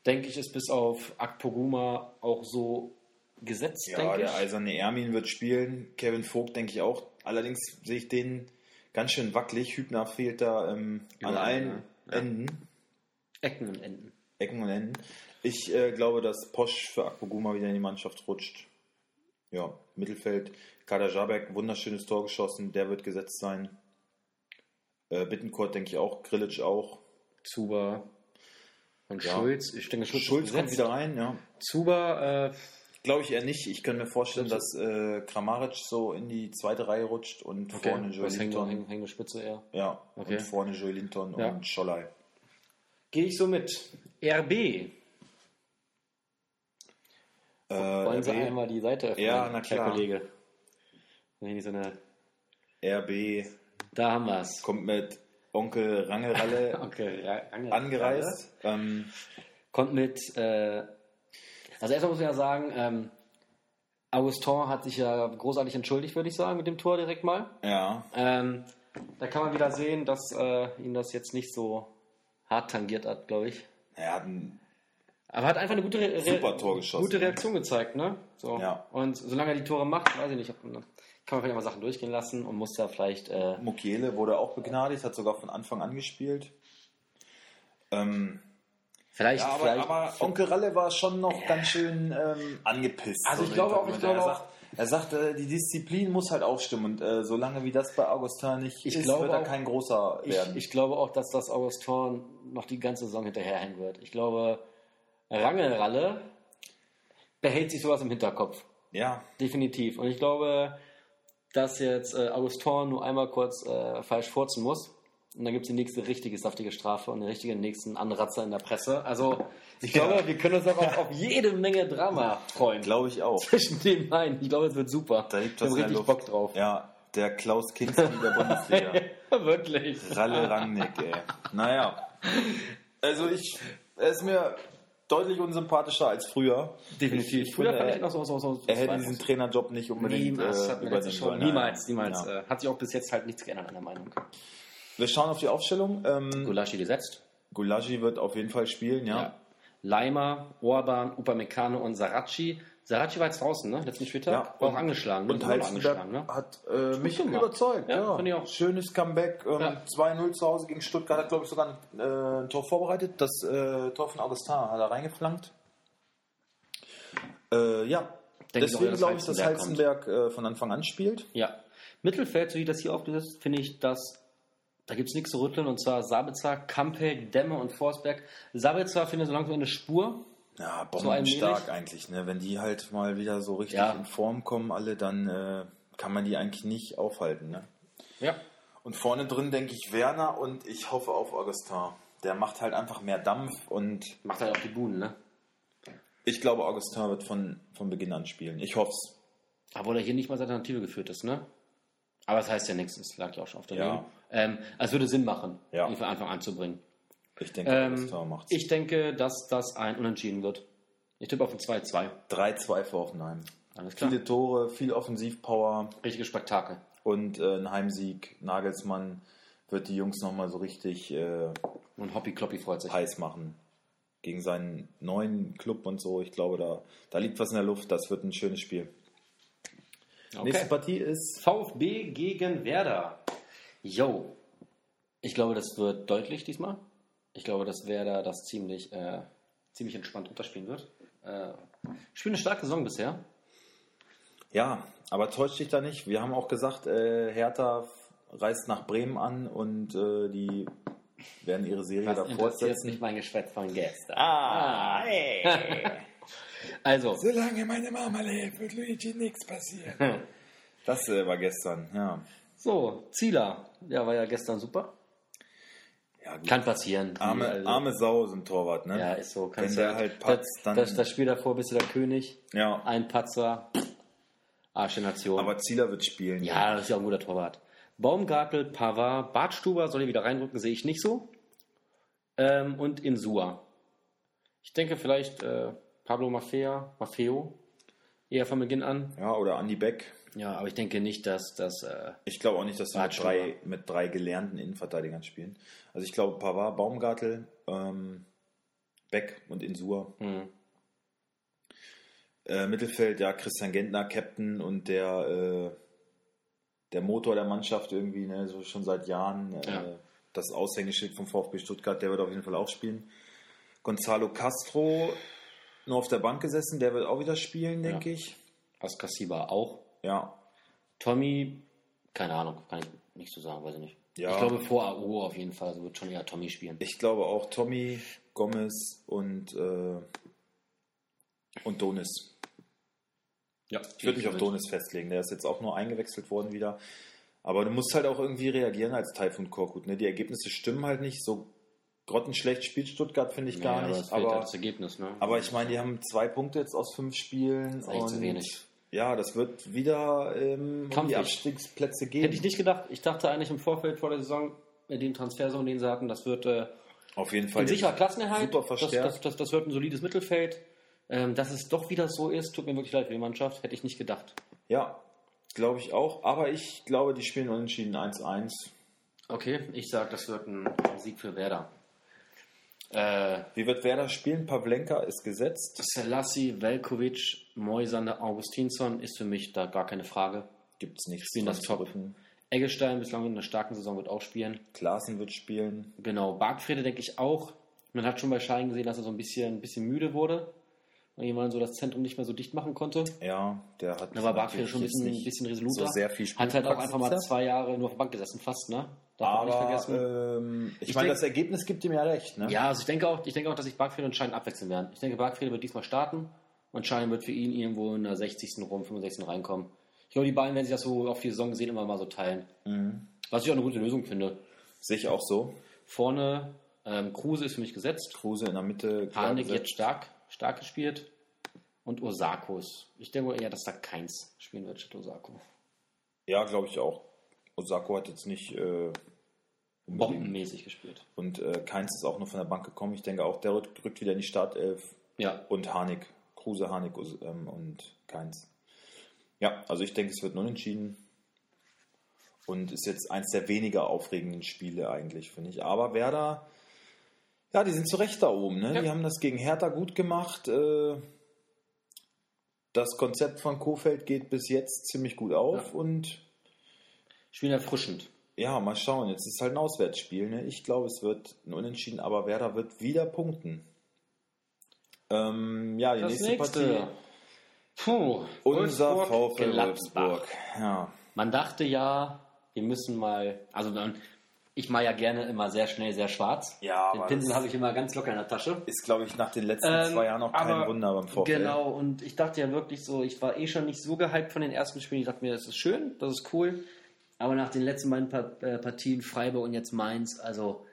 [SPEAKER 2] Denke ich, ist bis auf Akpoguma auch so gesetzt,
[SPEAKER 1] Ja,
[SPEAKER 2] denke ich.
[SPEAKER 1] der eiserne Ermin wird spielen. Kevin Vogt denke ich auch. Allerdings sehe ich den ganz schön wackelig. Hübner fehlt da ähm, an
[SPEAKER 2] Überall,
[SPEAKER 1] allen
[SPEAKER 2] ne?
[SPEAKER 1] Enden,
[SPEAKER 2] Ecken und Enden.
[SPEAKER 1] Ecken und Enden. Ich äh, glaube, dass Posch für Akpoguma wieder in die Mannschaft rutscht. Ja, Mittelfeld. Kader Jabek, wunderschönes Tor geschossen. Der wird gesetzt sein. Äh, Bittencourt denke ich auch. Grillitsch auch.
[SPEAKER 2] Zuba und
[SPEAKER 1] Ja.
[SPEAKER 2] Schulz. Ich denke, Schulz, ist
[SPEAKER 1] Schulz kommt
[SPEAKER 2] gesetzt.
[SPEAKER 1] wieder rein, ja.
[SPEAKER 2] Zuba, äh,
[SPEAKER 1] Glaube ich eher nicht. Ich könnte mir vorstellen,
[SPEAKER 2] Glaubst
[SPEAKER 1] dass äh, Kramaric so in die zweite Reihe rutscht und vorne
[SPEAKER 2] okay, was hängt,
[SPEAKER 1] Joelinton.
[SPEAKER 2] hängt, hängt Spitze eher.
[SPEAKER 1] Ja,
[SPEAKER 2] Okay.
[SPEAKER 1] und vorne Joelinton
[SPEAKER 2] Ja.
[SPEAKER 1] und Schollei.
[SPEAKER 2] Gehe ich so mit. RB.
[SPEAKER 1] Äh,
[SPEAKER 2] Wollen Sie
[SPEAKER 1] RB,
[SPEAKER 2] einmal die Seite öffnen?
[SPEAKER 1] Ja, na klar.
[SPEAKER 2] Herr Kollege. Wenn ich nicht so eine-
[SPEAKER 1] RB
[SPEAKER 2] Da haben wir es.
[SPEAKER 1] kommt mit Onkel Rangeralle
[SPEAKER 2] Okay, ja, ange-
[SPEAKER 1] angereist. Ähm,
[SPEAKER 2] Kommt mit. Äh, also, erstmal muss man ja sagen, ähm, Augustin hat sich ja großartig entschuldigt, würde ich sagen, mit dem Tor direkt mal.
[SPEAKER 1] ja,
[SPEAKER 2] Ähm, da kann man wieder sehen, dass äh, ihn das jetzt nicht so hart tangiert hat, glaube ich.
[SPEAKER 1] er hat ein,
[SPEAKER 2] Aber hat einfach eine gute, Re Re-
[SPEAKER 1] Super Tor geschossen.
[SPEAKER 2] gute Reaktion gezeigt, ne? So.
[SPEAKER 1] Ja.
[SPEAKER 2] Und solange er die Tore macht, weiß ich nicht, ob, ne, kann man vielleicht mal Sachen durchgehen lassen und muss da vielleicht. Äh,
[SPEAKER 1] Mukiele wurde auch begnadigt, hat sogar von Anfang an gespielt. Ähm,
[SPEAKER 2] vielleicht,
[SPEAKER 1] ja, aber,
[SPEAKER 2] vielleicht.
[SPEAKER 1] aber Onkel Ralle war schon noch ganz schön ähm, angepisst.
[SPEAKER 2] Also
[SPEAKER 1] So
[SPEAKER 2] ich glaube auch, ich
[SPEAKER 1] hinterher.
[SPEAKER 2] glaube
[SPEAKER 1] er sagt, er sagt, äh, die Disziplin muss halt auch stimmen und äh, solange wie das bei Augustin nicht
[SPEAKER 2] Ich
[SPEAKER 1] ist,
[SPEAKER 2] glaube
[SPEAKER 1] wird er
[SPEAKER 2] auch-
[SPEAKER 1] kein großer
[SPEAKER 2] ich,
[SPEAKER 1] werden.
[SPEAKER 2] ich glaube auch, dass das Augustin noch die ganze Saison hinterherhängen wird. Ich glaube, Rangelralle behält sich sowas im Hinterkopf.
[SPEAKER 1] ja,
[SPEAKER 2] Definitiv. Und ich glaube, dass jetzt äh, Augustin nur einmal kurz äh, falsch furzen muss. Und dann gibt es die nächste richtige saftige Strafe und den richtigen nächsten Anratzer in der Presse. Also, ich
[SPEAKER 1] Ja.
[SPEAKER 2] glaube, wir können uns auch auf, auf jede Menge Drama freuen.
[SPEAKER 1] glaube ich auch.
[SPEAKER 2] Zwischen den beiden. Ich glaube, es wird super.
[SPEAKER 1] Da liegt
[SPEAKER 2] ich
[SPEAKER 1] was
[SPEAKER 2] habe
[SPEAKER 1] in der
[SPEAKER 2] richtig
[SPEAKER 1] Luft.
[SPEAKER 2] Bock drauf.
[SPEAKER 1] Ja, der Klaus Kingston der Bundesliga.
[SPEAKER 2] Wirklich.
[SPEAKER 1] Ralle Rangnick, ey. Naja. Also ich, er ist mir deutlich unsympathischer als früher.
[SPEAKER 2] Definitiv.
[SPEAKER 1] Ich
[SPEAKER 2] Früher
[SPEAKER 1] finde,
[SPEAKER 2] fand ich
[SPEAKER 1] er-
[SPEAKER 2] ihn auch so, so, so, so
[SPEAKER 1] Äh, Er hätte diesen Trainerjob nicht unbedingt
[SPEAKER 2] Niemals,
[SPEAKER 1] äh,
[SPEAKER 2] hat man letzte
[SPEAKER 1] übernehmen
[SPEAKER 2] Show.
[SPEAKER 1] sollen.
[SPEAKER 2] niemals, niemals.
[SPEAKER 1] Ja.
[SPEAKER 2] Äh, hat sich auch bis jetzt halt nichts geändert an der Meinung.
[SPEAKER 1] Wir schauen auf die Aufstellung. Ähm,
[SPEAKER 2] Gulaschi gesetzt.
[SPEAKER 1] Gulagi wird auf jeden Fall spielen, ja.
[SPEAKER 2] Ja. Leimer, Orban, Upamecano und Saracchi. Saracchi war jetzt draußen, ne? Letzten Spieltag.
[SPEAKER 1] Ja,
[SPEAKER 2] War auch
[SPEAKER 1] und-
[SPEAKER 2] angeschlagen. ne?
[SPEAKER 1] Und
[SPEAKER 2] Wurde auch
[SPEAKER 1] Halstenberg
[SPEAKER 2] angeschlagen, ne?
[SPEAKER 1] hat äh, mich
[SPEAKER 2] gemacht.
[SPEAKER 1] überzeugt.
[SPEAKER 2] Ja,
[SPEAKER 1] Ja,
[SPEAKER 2] finde ich auch.
[SPEAKER 1] Schönes Comeback. Ähm,
[SPEAKER 2] Ja.
[SPEAKER 1] 2-0 zu Hause gegen Stuttgart hat, glaube ich, sogar ein, äh, ein Tor vorbereitet. Das äh, Tor von Augustin hat er reingeflankt. Äh, ja,
[SPEAKER 2] Denke ich auch,
[SPEAKER 1] deswegen
[SPEAKER 2] dass
[SPEAKER 1] glaube ich, dass
[SPEAKER 2] Halstenberg
[SPEAKER 1] Halzenberg äh, von Anfang an spielt.
[SPEAKER 2] Ja. Mittelfeld, so wie das hier aufgesetzt ist, finde ich, dass da gibt es nichts zu rütteln. Und zwar Sabitzer, Kampel, Demme und Forsberg. Sabitzer findet so langsam eine Spur.
[SPEAKER 1] Ja,
[SPEAKER 2] So allmählich.
[SPEAKER 1] bombenstark eigentlich. Ne? Wenn die halt mal wieder so richtig
[SPEAKER 2] Ja.
[SPEAKER 1] in Form kommen, alle, dann äh, kann man die eigentlich nicht aufhalten. Ne?
[SPEAKER 2] Ja.
[SPEAKER 1] Und vorne drin denke ich Werner und ich hoffe auf Augustin. Der macht halt einfach mehr Dampf und
[SPEAKER 2] Macht halt auch die Buhnen, ne?
[SPEAKER 1] Ich glaube, Augustin wird von, von Beginn an spielen. Ich hoffe es.
[SPEAKER 2] Obwohl er hier nicht mal als Alternative geführt ist, ne? Aber das heißt ja nichts, das lag ja auch schon auf der
[SPEAKER 1] Ja.
[SPEAKER 2] Linie. Ähm, also es würde Sinn machen,
[SPEAKER 1] Ja.
[SPEAKER 2] ihn von Anfang an zu bringen.
[SPEAKER 1] Ich denke,
[SPEAKER 2] Ähm,
[SPEAKER 1] Augustin macht es.
[SPEAKER 2] ich denke, dass das ein Unentschieden wird. Ich tippe auf ein 2-2.
[SPEAKER 1] 3-2 für Hoffenheim.
[SPEAKER 2] Alles klar.
[SPEAKER 1] Viele Tore, viel Offensivpower
[SPEAKER 2] Richtiges Spektakel.
[SPEAKER 1] und äh, ein Heimsieg. Nagelsmann wird die Jungs nochmal so richtig äh,
[SPEAKER 2] Und Hoppy Kloppy freut sich.
[SPEAKER 1] heiß machen. Gegen seinen neuen Club und so. Ich glaube, da, da liegt was in der Luft. Das wird ein schönes Spiel. Nächste Partie ist.
[SPEAKER 2] VfB gegen Werder. Yo. Ich glaube, das wird deutlich diesmal. Ich glaube, dass Werder das ziemlich, äh, ziemlich entspannt runterspielen wird. Äh, spielen eine starke Saison bisher.
[SPEAKER 1] Ja, aber täuscht dich da nicht. Wir haben auch gesagt, äh, Hertha reißt nach Bremen an und äh, die werden ihre Serie
[SPEAKER 2] Was
[SPEAKER 1] da
[SPEAKER 2] interessiert
[SPEAKER 1] fortsetzen.
[SPEAKER 2] nicht mein Geschwätz von gestern?
[SPEAKER 1] Ah,
[SPEAKER 2] Ah.
[SPEAKER 1] hey.
[SPEAKER 2] Also,
[SPEAKER 1] Solange meine Mama lebt, wird Luigi nichts passieren. Das äh, war gestern, ja.
[SPEAKER 2] so, Zieler. Ja, war ja gestern super.
[SPEAKER 1] ja gut.
[SPEAKER 2] Kann passieren.
[SPEAKER 1] arme,
[SPEAKER 2] Also,
[SPEAKER 1] arme Sau sind Torwart, ne?
[SPEAKER 2] Ja, ist so.
[SPEAKER 1] Wenn der halt patzt, dann.
[SPEAKER 2] das, das Spiel davor bist du der König.
[SPEAKER 1] ja.
[SPEAKER 2] Ein Patzer. Arsch der Nation.
[SPEAKER 1] Aber Zieler wird spielen.
[SPEAKER 2] ja, das ist ja auch ein guter Torwart. Baumgartel, Pavard, Bartstuber soll ich wieder reindrücken, sehe ich nicht so. Ähm, und Insua. Ich denke vielleicht äh, Pablo Maffea, Maffeo, eher von Beginn an.
[SPEAKER 1] Ja, oder Andy Beck.
[SPEAKER 2] Ja, aber ich denke nicht, dass das. Äh,
[SPEAKER 1] Ich glaube auch nicht, dass sie
[SPEAKER 2] Ah,
[SPEAKER 1] mit drei, mit drei gelernten Innenverteidigern spielen. Also ich glaube Pavard, Baumgartel, ähm, Beck und Insua.
[SPEAKER 2] hm.
[SPEAKER 1] Äh, Mittelfeld, ja, Christian Gentner, Captain und der, äh, der Motor der Mannschaft irgendwie, ne, so schon seit Jahren. Äh,
[SPEAKER 2] Ja.
[SPEAKER 1] Das Aushängeschild vom VfB Stuttgart, der wird auf jeden Fall auch spielen. Gonzalo Castro, nur auf der Bank gesessen, der wird auch wieder spielen,
[SPEAKER 2] Ja.
[SPEAKER 1] denke ich.
[SPEAKER 2] Askasiba auch.
[SPEAKER 1] Ja.
[SPEAKER 2] Tommy, keine Ahnung, kann ich nicht so sagen, weiß ich nicht.
[SPEAKER 1] Ja.
[SPEAKER 2] Ich glaube vor AO auf jeden Fall, also wird schon eher Tommy spielen.
[SPEAKER 1] Ich glaube auch Tommy, Gomez und, äh, und Donis.
[SPEAKER 2] Ja,
[SPEAKER 1] Ich würde mich auf Donis festlegen. Der ist jetzt auch nur eingewechselt worden wieder. Aber du musst halt auch irgendwie reagieren als Taifun Korkut. Ne? Die Ergebnisse stimmen halt nicht. So grottenschlecht spielt Stuttgart, finde ich gar
[SPEAKER 2] ja,
[SPEAKER 1] nicht.
[SPEAKER 2] Aber es fehlt
[SPEAKER 1] Aber,
[SPEAKER 2] als Ergebnis, ne?
[SPEAKER 1] aber ich meine, die haben zwei Punkte jetzt aus fünf Spielen.
[SPEAKER 2] ist echt zu wenig.
[SPEAKER 1] Ja, das wird wieder ähm, um die
[SPEAKER 2] Kampfig.
[SPEAKER 1] Abstiegsplätze gehen.
[SPEAKER 2] Hätte ich nicht gedacht. Ich dachte eigentlich im Vorfeld vor der Saison, in dem Transfersaison, den sie hatten, das wird äh,
[SPEAKER 1] Auf jeden Fall.
[SPEAKER 2] ein sicherer Klassenerhalt.
[SPEAKER 1] super
[SPEAKER 2] das,
[SPEAKER 1] verstärkt.
[SPEAKER 2] das, das, das wird ein solides Mittelfeld. Ähm, dass es doch wieder so ist, tut mir wirklich leid für die Mannschaft. Hätte ich nicht gedacht.
[SPEAKER 1] Ja, glaube ich auch. Aber ich glaube, die spielen unentschieden 1-1.
[SPEAKER 2] Okay, ich sag, das wird ein Sieg für Werder. Äh,
[SPEAKER 1] Wie wird Werder spielen? Pavlenka ist gesetzt.
[SPEAKER 2] Selassie, Velkovic, Moisander, Augustinsson ist für mich da gar keine Frage.
[SPEAKER 1] Gibt es nichts.
[SPEAKER 2] Spielen das
[SPEAKER 1] zu
[SPEAKER 2] top.
[SPEAKER 1] drücken.
[SPEAKER 2] Eggestein bislang in einer starken Saison wird auch spielen.
[SPEAKER 1] Klaassen wird spielen.
[SPEAKER 2] Genau, Bargfrede denke ich auch. Man hat schon bei Schein gesehen, dass er so ein bisschen, ein bisschen müde wurde. Und jemand so das Zentrum nicht mehr so dicht machen konnte.
[SPEAKER 1] Ja, der hat.
[SPEAKER 2] Da war Bargfrede
[SPEAKER 1] natürlich
[SPEAKER 2] schon ein bisschen,
[SPEAKER 1] jetzt
[SPEAKER 2] ein
[SPEAKER 1] nicht
[SPEAKER 2] bisschen resoluter.
[SPEAKER 1] So sehr viel
[SPEAKER 2] hat halt auch
[SPEAKER 1] Spielpraxis
[SPEAKER 2] einfach mal
[SPEAKER 1] gehabt.
[SPEAKER 2] zwei Jahre nur auf der Bank gesessen, fast, ne? Darf man nicht
[SPEAKER 1] Aber
[SPEAKER 2] vergessen.
[SPEAKER 1] ähm, ich,
[SPEAKER 2] Ich
[SPEAKER 1] meine,
[SPEAKER 2] denk-
[SPEAKER 1] das Ergebnis gibt ihm ja recht. Ne?
[SPEAKER 2] ja, also ich denke auch, ich denke auch, dass sich Bargfrede und Schein abwechseln werden. Ich denke, Bargfrede wird diesmal starten und Schein wird für ihn irgendwo in der 60. rum, 65. reinkommen. Ich glaube, die beiden werden sich das so auf die Saison gesehen immer mal so teilen.
[SPEAKER 1] Mhm.
[SPEAKER 2] Was ich auch eine gute Lösung finde.
[SPEAKER 1] Sehe ich auch so.
[SPEAKER 2] Vorne, ähm, Kruse ist für mich gesetzt.
[SPEAKER 1] Kruse in der Mitte. klar
[SPEAKER 2] Panik
[SPEAKER 1] gesetzt.
[SPEAKER 2] jetzt stark, stark gespielt. Und Osakos. Ich denke eher, dass da keins spielen wird, statt Osako.
[SPEAKER 1] Ja, glaube ich auch. Osako hat jetzt nicht. Äh, unbedingt-
[SPEAKER 2] Bombenmäßig gespielt.
[SPEAKER 1] und äh, Keins ist auch nur von der Bank gekommen. Ich denke auch, der rückt, rückt wieder in die Startelf.
[SPEAKER 2] Ja.
[SPEAKER 1] Und Harnik. Kruse, Harnik Os- ähm, und Keins. Ja, also ich denke, es wird nun entschieden. Und ist jetzt eins der weniger aufregenden Spiele eigentlich, finde ich. Aber Werder, ja, die sind zu Recht da oben. Ne?
[SPEAKER 2] Ja.
[SPEAKER 1] Die haben das gegen Hertha gut gemacht. äh, Das Konzept von Kofeld geht bis jetzt ziemlich gut auf.
[SPEAKER 2] Ja.
[SPEAKER 1] Und
[SPEAKER 2] Spielen erfrischend.
[SPEAKER 1] ja, mal schauen. Jetzt ist halt ein Auswärtsspiel. Ne? Ich glaube, es wird ein Unentschieden, aber Werder wird wieder punkten. Ähm, ja, die
[SPEAKER 2] Das
[SPEAKER 1] nächste,
[SPEAKER 2] nächste.
[SPEAKER 1] Partie.
[SPEAKER 2] Puh,
[SPEAKER 1] Unser
[SPEAKER 2] Wolfsburg,
[SPEAKER 1] VfL
[SPEAKER 2] Gladbach.
[SPEAKER 1] Wolfsburg. Ja.
[SPEAKER 2] Man dachte ja, wir müssen mal. Also, dann- ich mache ja gerne immer sehr schnell, sehr schwarz.
[SPEAKER 1] Ja,
[SPEAKER 2] Den
[SPEAKER 1] aber
[SPEAKER 2] Pinsel
[SPEAKER 1] das-
[SPEAKER 2] habe ich immer ganz locker in der Tasche.
[SPEAKER 1] Ist, glaube ich, nach den letzten
[SPEAKER 2] Ähm,
[SPEAKER 1] zwei Jahren auch kein
[SPEAKER 2] aber
[SPEAKER 1] Wunder beim VfL.
[SPEAKER 2] Genau, und ich dachte ja wirklich so, ich war eh schon nicht so gehypt von den ersten Spielen. Ich dachte mir, das ist schön, das ist cool. Aber nach den letzten beiden pa äh, Partien, Freiburg und jetzt Mainz, also.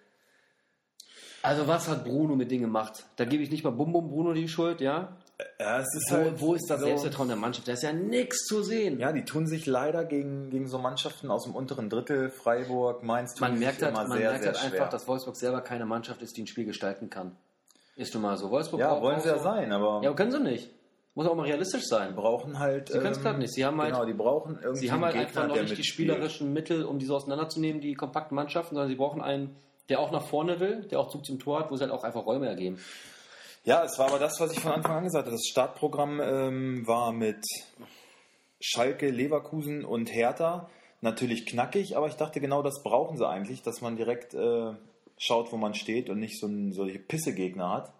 [SPEAKER 2] Also, was hat Bruno mit denen gemacht? Da gebe ich nicht mal Bum Bum Bruno die Schuld, ja?
[SPEAKER 1] Ja, es ist
[SPEAKER 2] Wo,
[SPEAKER 1] halt
[SPEAKER 2] wo ist das
[SPEAKER 1] so,
[SPEAKER 2] Selbstvertrauen der Mannschaft? Da ist ja nichts zu sehen.
[SPEAKER 1] Ja, die tun sich leider gegen, gegen so Mannschaften aus dem unteren Drittel, Freiburg, Mainz, tun
[SPEAKER 2] man
[SPEAKER 1] sich
[SPEAKER 2] merkt halt,
[SPEAKER 1] immer
[SPEAKER 2] man
[SPEAKER 1] sehr,
[SPEAKER 2] merkt
[SPEAKER 1] sehr
[SPEAKER 2] halt
[SPEAKER 1] schwer.
[SPEAKER 2] einfach, dass Wolfsburg selber keine Mannschaft ist, die ein Spiel gestalten kann. Ist nun mal so. Wolfsburg
[SPEAKER 1] ja,
[SPEAKER 2] braucht
[SPEAKER 1] wollen
[SPEAKER 2] auch
[SPEAKER 1] sie ja
[SPEAKER 2] so.
[SPEAKER 1] sein, aber
[SPEAKER 2] Ja, aber können sie nicht. Muss auch mal realistisch sein.
[SPEAKER 1] die brauchen halt... Sie
[SPEAKER 2] können's grad nicht. Sie haben halt-
[SPEAKER 1] Genau, die brauchen irgendwie
[SPEAKER 2] Sie haben halt
[SPEAKER 1] einen
[SPEAKER 2] einfach noch
[SPEAKER 1] der
[SPEAKER 2] nicht die
[SPEAKER 1] mitspielt.
[SPEAKER 2] spielerischen Mittel, um diese auseinanderzunehmen, die kompakten Mannschaften, sondern sie brauchen einen, der auch nach vorne will, der auch Zug zum Tor hat, wo sie halt auch einfach Räume ergeben.
[SPEAKER 1] Ja, es war aber das, was ich von Anfang an gesagt habe. Das Startprogramm ähm, war mit Schalke, Leverkusen und Hertha natürlich knackig, aber ich dachte, genau das brauchen sie eigentlich, dass man direkt äh, schaut, wo man steht und nicht so ein, solche Pissegegner hat,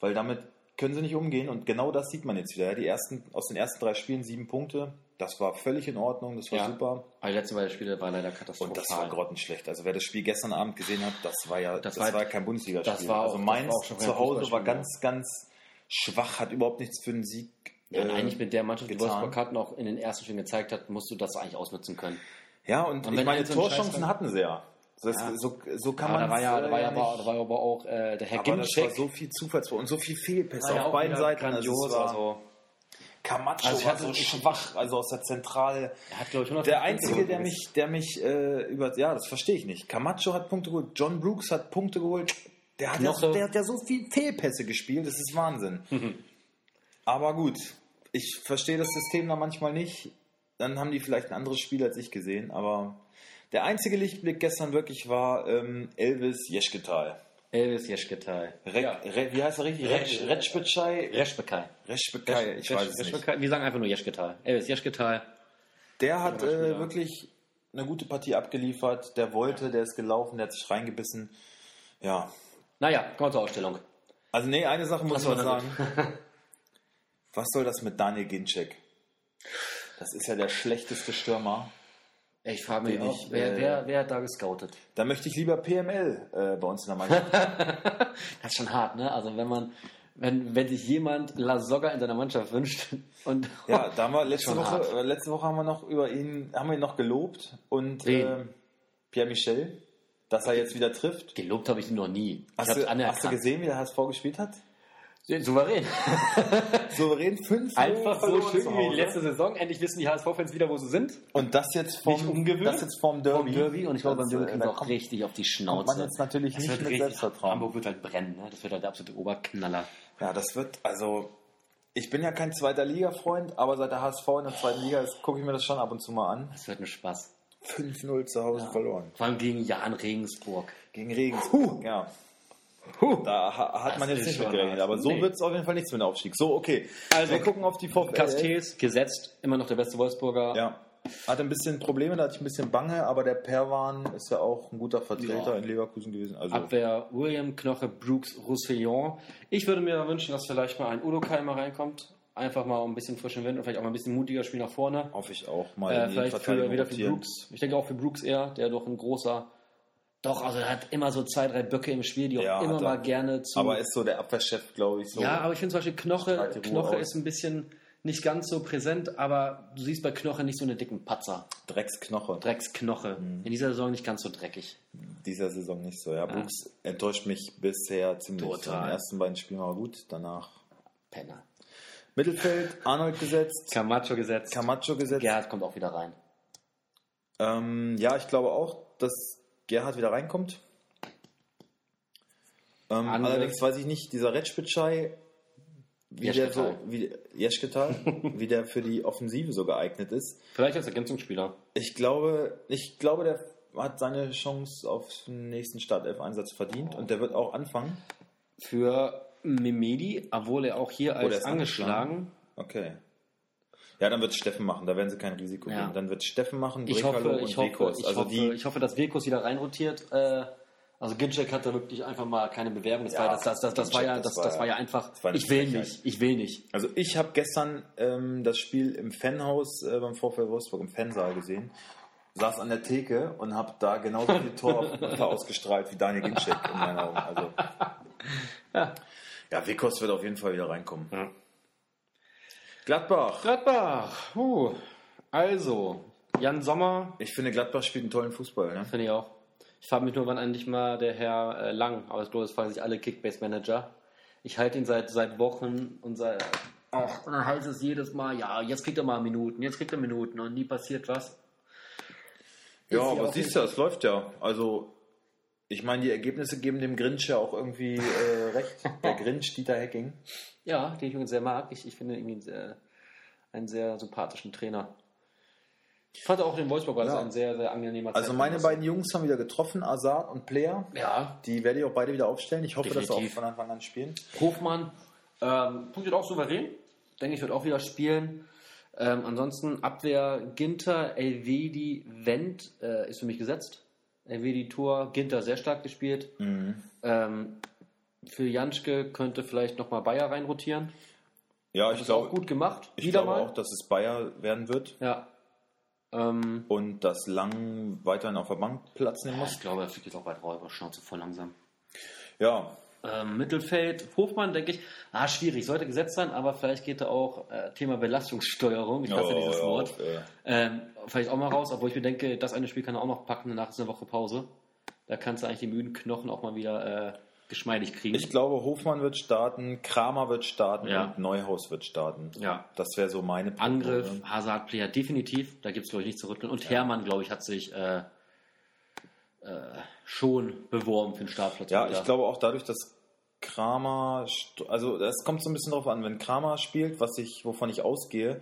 [SPEAKER 1] weil damit können sie nicht umgehen und genau das sieht man jetzt wieder. Ja? Die ersten, aus den ersten drei Spielen sieben Punkte, Das war völlig in Ordnung, das war
[SPEAKER 2] Ja.
[SPEAKER 1] super.
[SPEAKER 2] Aber die letzten beiden Spiele waren leider katastrophal.
[SPEAKER 1] Und das war grottenschlecht. Also wer das Spiel gestern Abend gesehen hat, das war ja
[SPEAKER 2] Das
[SPEAKER 1] das,
[SPEAKER 2] war-
[SPEAKER 1] war kein Bundesligaspiel.
[SPEAKER 2] das war auch-
[SPEAKER 1] also
[SPEAKER 2] das
[SPEAKER 1] Mainz
[SPEAKER 2] war auch schon kein
[SPEAKER 1] zu Hause
[SPEAKER 2] Fußballspiel
[SPEAKER 1] war ganz, ganz schwach, hat überhaupt nichts für einen Sieg.
[SPEAKER 2] ja, und
[SPEAKER 1] äh,
[SPEAKER 2] eigentlich mit der Mannschaft, die
[SPEAKER 1] getan.
[SPEAKER 2] Wolfsburg hat, noch in den ersten Spielen gezeigt hat, musst du das eigentlich ausnutzen können.
[SPEAKER 1] ja und,
[SPEAKER 2] Und
[SPEAKER 1] ich
[SPEAKER 2] wenn
[SPEAKER 1] meine,
[SPEAKER 2] jetzt so ein Scheiß
[SPEAKER 1] Torchancen
[SPEAKER 2] dann-
[SPEAKER 1] hatten sie ja. Das,
[SPEAKER 2] Ja.
[SPEAKER 1] So, so kann
[SPEAKER 2] aber
[SPEAKER 1] man
[SPEAKER 2] da war ja, da war ja,
[SPEAKER 1] nicht.
[SPEAKER 2] aber, da war aber auch äh, der Herr
[SPEAKER 1] aber das war
[SPEAKER 2] Gimczek.
[SPEAKER 1] so viel Zufallsball und so viel Fehlpässe
[SPEAKER 2] war ja
[SPEAKER 1] auf
[SPEAKER 2] auch
[SPEAKER 1] beiden
[SPEAKER 2] wieder
[SPEAKER 1] Seiten.
[SPEAKER 2] Grandios,
[SPEAKER 1] also, es war-
[SPEAKER 2] also
[SPEAKER 1] Camacho
[SPEAKER 2] Also ich
[SPEAKER 1] war
[SPEAKER 2] hatte-
[SPEAKER 1] so
[SPEAKER 2] ich-
[SPEAKER 1] schwach, also aus der Zentral.
[SPEAKER 2] er hat, glaube ich, 100
[SPEAKER 1] Der Einzige, der mich, der mich äh, über. Ja, das verstehe ich nicht. Camacho hat Punkte geholt, John Brooks hat Punkte geholt. Der hat, ja,
[SPEAKER 2] Knoche.
[SPEAKER 1] der hat ja so viel Fehlpässe gespielt, das ist Wahnsinn. Aber gut, ich verstehe das System da manchmal nicht. Dann haben die vielleicht ein anderes Spiel als ich gesehen, aber der einzige Lichtblick gestern wirklich war ähm, Elvis Jeschketal.
[SPEAKER 2] Elvis Jeschketal.
[SPEAKER 1] Re Re wie heißt er richtig?
[SPEAKER 2] Resch-
[SPEAKER 1] Re Retschbetschei?
[SPEAKER 2] Reschbekai.
[SPEAKER 1] Reschbetschei, ich weiß es nicht.
[SPEAKER 2] Reschbekai. Wir sagen einfach nur Jeschketal. Elvis Jeschketal.
[SPEAKER 1] Der hat
[SPEAKER 2] Zum Beispiel,
[SPEAKER 1] äh,
[SPEAKER 2] ja.
[SPEAKER 1] wirklich eine gute Partie abgeliefert. Der wollte, der ist gelaufen, der hat sich reingebissen. Ja.
[SPEAKER 2] Naja, kommen wir zur Ausstellung.
[SPEAKER 1] Also, nee, eine Sache muss
[SPEAKER 2] Ach so,
[SPEAKER 1] man
[SPEAKER 2] na
[SPEAKER 1] sagen. Was soll das mit Daniel Ginczek? Das ist ja der schlechteste Stürmer.
[SPEAKER 2] Ich frage mich
[SPEAKER 1] Den
[SPEAKER 2] auch,
[SPEAKER 1] ich,
[SPEAKER 2] wer,
[SPEAKER 1] äh,
[SPEAKER 2] wer, wer hat da gescoutet?
[SPEAKER 1] Da möchte ich lieber PML äh, bei uns in der Mannschaft.
[SPEAKER 2] Das ist schon hart, ne? Also wenn man, wenn, wenn sich jemand La Soga in seiner Mannschaft wünscht und
[SPEAKER 1] ja, da haben wir letzte
[SPEAKER 2] Schon hart.
[SPEAKER 1] Woche, äh, letzte Woche haben wir noch über ihn, haben wir ihn noch gelobt und
[SPEAKER 2] Wen?
[SPEAKER 1] ähm, Pierre Michel, dass er jetzt wieder trifft.
[SPEAKER 2] gelobt habe ich ihn noch nie. Ich
[SPEAKER 1] Hast
[SPEAKER 2] hab's
[SPEAKER 1] du, hast du
[SPEAKER 2] anerkannt.
[SPEAKER 1] gesehen, wie der HSV gespielt hat?
[SPEAKER 2] Souverän.
[SPEAKER 1] Souverän 5
[SPEAKER 2] Einfach so schön wie letzte Saison. Endlich wissen die HSV-Fans wieder, wo sie sind.
[SPEAKER 1] Und das jetzt
[SPEAKER 2] Nicht
[SPEAKER 1] vom,
[SPEAKER 2] umgewöhnt?
[SPEAKER 1] das jetzt vom Derby.
[SPEAKER 2] und ich glaube,
[SPEAKER 1] Das,
[SPEAKER 2] beim Derby
[SPEAKER 1] äh,
[SPEAKER 2] kriegen
[SPEAKER 1] da
[SPEAKER 2] sie auch
[SPEAKER 1] kommt-
[SPEAKER 2] richtig auf die
[SPEAKER 1] kommt
[SPEAKER 2] Schnauze.
[SPEAKER 1] man jetzt natürlich
[SPEAKER 2] Das
[SPEAKER 1] nicht
[SPEAKER 2] wird
[SPEAKER 1] mit
[SPEAKER 2] richtig-
[SPEAKER 1] Selbstvertrauen.
[SPEAKER 2] Hamburg wird halt brennen, ne? Das wird halt der absolute Oberknaller.
[SPEAKER 1] Ja, das wird, also, ich bin ja kein zweiter Liga-Freund, aber seit der HSV in der zweiten Liga ist, gucke ich mir das schon ab und zu mal an.
[SPEAKER 2] Das wird ein Spaß.
[SPEAKER 1] 5-0 zu Hause verloren.
[SPEAKER 2] Vor allem gegen Jan Regensburg.
[SPEAKER 1] Gegen Regensburg. Ja. Da ha hat
[SPEAKER 2] Das
[SPEAKER 1] man jetzt
[SPEAKER 2] ist
[SPEAKER 1] nicht
[SPEAKER 2] schon
[SPEAKER 1] mit gerechnet,
[SPEAKER 2] hart.
[SPEAKER 1] aber so
[SPEAKER 2] Nee.
[SPEAKER 1] wird es auf jeden Fall nichts mit dem Aufstieg. So, okay.
[SPEAKER 2] Also,
[SPEAKER 1] wir gucken auf die VfL.
[SPEAKER 2] Castells gesetzt, immer noch der beste Wolfsburger.
[SPEAKER 1] Äh, Ja. Hatte ein bisschen Probleme, da hatte ich ein bisschen Bange, aber der Perwan ist ja auch ein guter Vertreter
[SPEAKER 2] Ja.
[SPEAKER 1] in Leverkusen gewesen. Also,
[SPEAKER 2] Abwehr William, Knoche, Brooks, Roussillon. Ich würde mir wünschen, dass vielleicht mal ein Udo Keimer reinkommt. Einfach mal um ein bisschen frischen Wind und vielleicht auch mal ein bisschen mutiger Spiel nach vorne.
[SPEAKER 1] hoffe ich auch mal
[SPEAKER 2] Äh,
[SPEAKER 1] die
[SPEAKER 2] vielleicht für,
[SPEAKER 1] Verteidigung
[SPEAKER 2] wieder für
[SPEAKER 1] rotieren.
[SPEAKER 2] Brooks. Ich denke auch für Brooks eher, der doch ein großer. Doch, also er hat immer so zwei, drei Böcke im Spiel, die auch
[SPEAKER 1] Ja,
[SPEAKER 2] immer
[SPEAKER 1] hat er.
[SPEAKER 2] mal gerne zu.
[SPEAKER 1] Aber ist so der Abwehrchef, glaube ich. So.
[SPEAKER 2] ja, aber ich finde zum Beispiel Knoche,
[SPEAKER 1] Strahlt die Ruhe
[SPEAKER 2] Knoche
[SPEAKER 1] aus.
[SPEAKER 2] ist ein bisschen nicht ganz so präsent, aber du siehst bei Knoche nicht so eine dicken Patzer.
[SPEAKER 1] Drecksknoche.
[SPEAKER 2] Drecksknoche.
[SPEAKER 1] Mhm.
[SPEAKER 2] In dieser Saison nicht ganz so dreckig.
[SPEAKER 1] Dieser Saison nicht so. Ja, Brooks enttäuscht mich bisher ziemlich.
[SPEAKER 2] Total.
[SPEAKER 1] In den ersten beiden Spielen war gut, danach.
[SPEAKER 2] Penner.
[SPEAKER 1] Mittelfeld, Arnold gesetzt,
[SPEAKER 2] Camacho gesetzt.
[SPEAKER 1] Camacho gesetzt.
[SPEAKER 2] Gerhard kommt auch wieder rein.
[SPEAKER 1] Ähm, ja, ich glaube auch, dass Gerhard wieder reinkommt. Ähm,
[SPEAKER 2] Andere-
[SPEAKER 1] allerdings weiß ich nicht, dieser Retschpitschei, wie der so,
[SPEAKER 2] Jeschketal.
[SPEAKER 1] wie, Jeschketal, wie der für die Offensive so geeignet ist.
[SPEAKER 2] Vielleicht als Ergänzungsspieler.
[SPEAKER 1] Ich glaube, ich glaube, der hat seine Chance auf den nächsten Startelf-Einsatz verdient und der wird auch anfangen.
[SPEAKER 2] Für Memedi, obwohl er auch hier
[SPEAKER 1] er
[SPEAKER 2] als
[SPEAKER 1] ist
[SPEAKER 2] angeschlagen.
[SPEAKER 1] Okay. Ja, dann wird Steffen machen, da werden sie kein Risiko
[SPEAKER 2] Ja.
[SPEAKER 1] gehen. Dann wird Steffen machen,
[SPEAKER 2] Ich hoffe, ich hoffe,
[SPEAKER 1] Wekos.
[SPEAKER 2] ich,
[SPEAKER 1] Also
[SPEAKER 2] hoffe
[SPEAKER 1] die,
[SPEAKER 2] ich hoffe, dass Wilkos wieder reinrotiert. Äh, also Ginczek hat da wirklich einfach mal keine Bewerbung. Das,
[SPEAKER 1] Ja,
[SPEAKER 2] war, das, das, das, das, war,
[SPEAKER 1] Ginczek,
[SPEAKER 2] ja,
[SPEAKER 1] das
[SPEAKER 2] das,
[SPEAKER 1] war
[SPEAKER 2] das
[SPEAKER 1] ja-
[SPEAKER 2] war ja einfach,
[SPEAKER 1] das war eine
[SPEAKER 2] ich will
[SPEAKER 1] Frechheit.
[SPEAKER 2] nicht, ich will nicht.
[SPEAKER 1] also ich habe gestern ähm, das Spiel im Fanhaus äh, beim VfL Wolfsburg im Fansaal gesehen, saß an der Theke und habe da genau genauso viel Torwaffe ausgestrahlt wie Daniel Ginczek in meinen Augen. Also, ja, Wekos wird auf jeden Fall wieder reinkommen.
[SPEAKER 2] Ja.
[SPEAKER 1] Gladbach.
[SPEAKER 2] Gladbach, huh. also Jan Sommer,
[SPEAKER 1] Ich finde, Gladbach spielt einen tollen Fußball. Ne?
[SPEAKER 2] finde ich auch. Ich frage mich nur, wann endlich mal der Herr äh, Lang, aber ich glaube, das fragen sich alle Kickbase-Manager. Ich halte ihn seit, seit Wochen und seit. Ach, und dann heißt es jedes Mal, ja, jetzt kriegt er mal Minuten, jetzt kriegt er Minuten und nie passiert was.
[SPEAKER 1] Ja,
[SPEAKER 2] Ist ja
[SPEAKER 1] aber
[SPEAKER 2] auch
[SPEAKER 1] siehst du, es läuft ja. Also, ich meine, die Ergebnisse geben dem Grinch ja auch irgendwie äh, recht. Der Grinch, Dieter Hecking.
[SPEAKER 2] Ja, den ich übrigens sehr mag. Ich, ich finde irgendwie einen sehr, einen sehr sympathischen Trainer. Ich fand auch den Wolfsburg war
[SPEAKER 1] Ja.
[SPEAKER 2] ein sehr, sehr angenehmer
[SPEAKER 1] Also, meine
[SPEAKER 2] Zeitgenosse.
[SPEAKER 1] beiden Jungs haben wieder getroffen, Azad und Player.
[SPEAKER 2] Ja,
[SPEAKER 1] Die werde ich auch beide wieder aufstellen. Ich hoffe, dass sie auch
[SPEAKER 2] Definitiv.
[SPEAKER 1] von Anfang an spielen.
[SPEAKER 2] Hofmann ähm, punktet auch souverän. Denke ich, wird auch wieder spielen. Ähm, ansonsten Abwehr Ginter, Elvedi, Wendt äh, ist für mich gesetzt. Elvedi Tor, Ginter sehr stark gespielt.
[SPEAKER 1] Mhm.
[SPEAKER 2] Ähm, für Janschke könnte vielleicht nochmal Bayer reinrotieren.
[SPEAKER 1] Ja,
[SPEAKER 2] Das
[SPEAKER 1] ich
[SPEAKER 2] ist auch
[SPEAKER 1] glaube
[SPEAKER 2] gut gemacht.
[SPEAKER 1] ich glaube auch, dass es Bayer werden wird
[SPEAKER 2] Ja. Ähm,
[SPEAKER 1] und dass Lang weiterhin auf der Bank Platz nehmen muss.
[SPEAKER 2] ich glaube, er fliegt jetzt auch bald raus, aber Schnauze voll langsam.
[SPEAKER 1] Ja,
[SPEAKER 2] Ähm, Mittelfeld, Hofmann, denke ich, ah, schwierig, sollte gesetzt sein, aber vielleicht geht er auch äh, Thema Belastungssteuerung, ich hasse
[SPEAKER 1] Oh,
[SPEAKER 2] dieses
[SPEAKER 1] ja,
[SPEAKER 2] Wort,
[SPEAKER 1] äh,
[SPEAKER 2] ähm, vielleicht auch mal raus, obwohl ich mir denke, das eine Spiel kann er auch noch packen, danach ist eine Woche Pause. Da kannst du eigentlich die müden Knochen auch mal wieder äh, geschmeidig kriegen.
[SPEAKER 1] Ich glaube, Hofmann wird starten, Kramer wird starten
[SPEAKER 2] Ja.
[SPEAKER 1] und Neuhaus wird starten.
[SPEAKER 2] ja.
[SPEAKER 1] Das wäre so meine
[SPEAKER 2] Angriff,
[SPEAKER 1] Prognose.
[SPEAKER 2] Hazard, Player, definitiv, da gibt es, glaube ich, nichts zu rütteln. Und Hermann, glaube ich, hat sich äh, äh, schon beworben für den Startplatz.
[SPEAKER 1] Ja,
[SPEAKER 2] wieder.
[SPEAKER 1] ich glaube auch dadurch, dass Kramer, st- also das kommt so ein bisschen drauf an, wenn Kramer spielt, was ich, wovon ich ausgehe,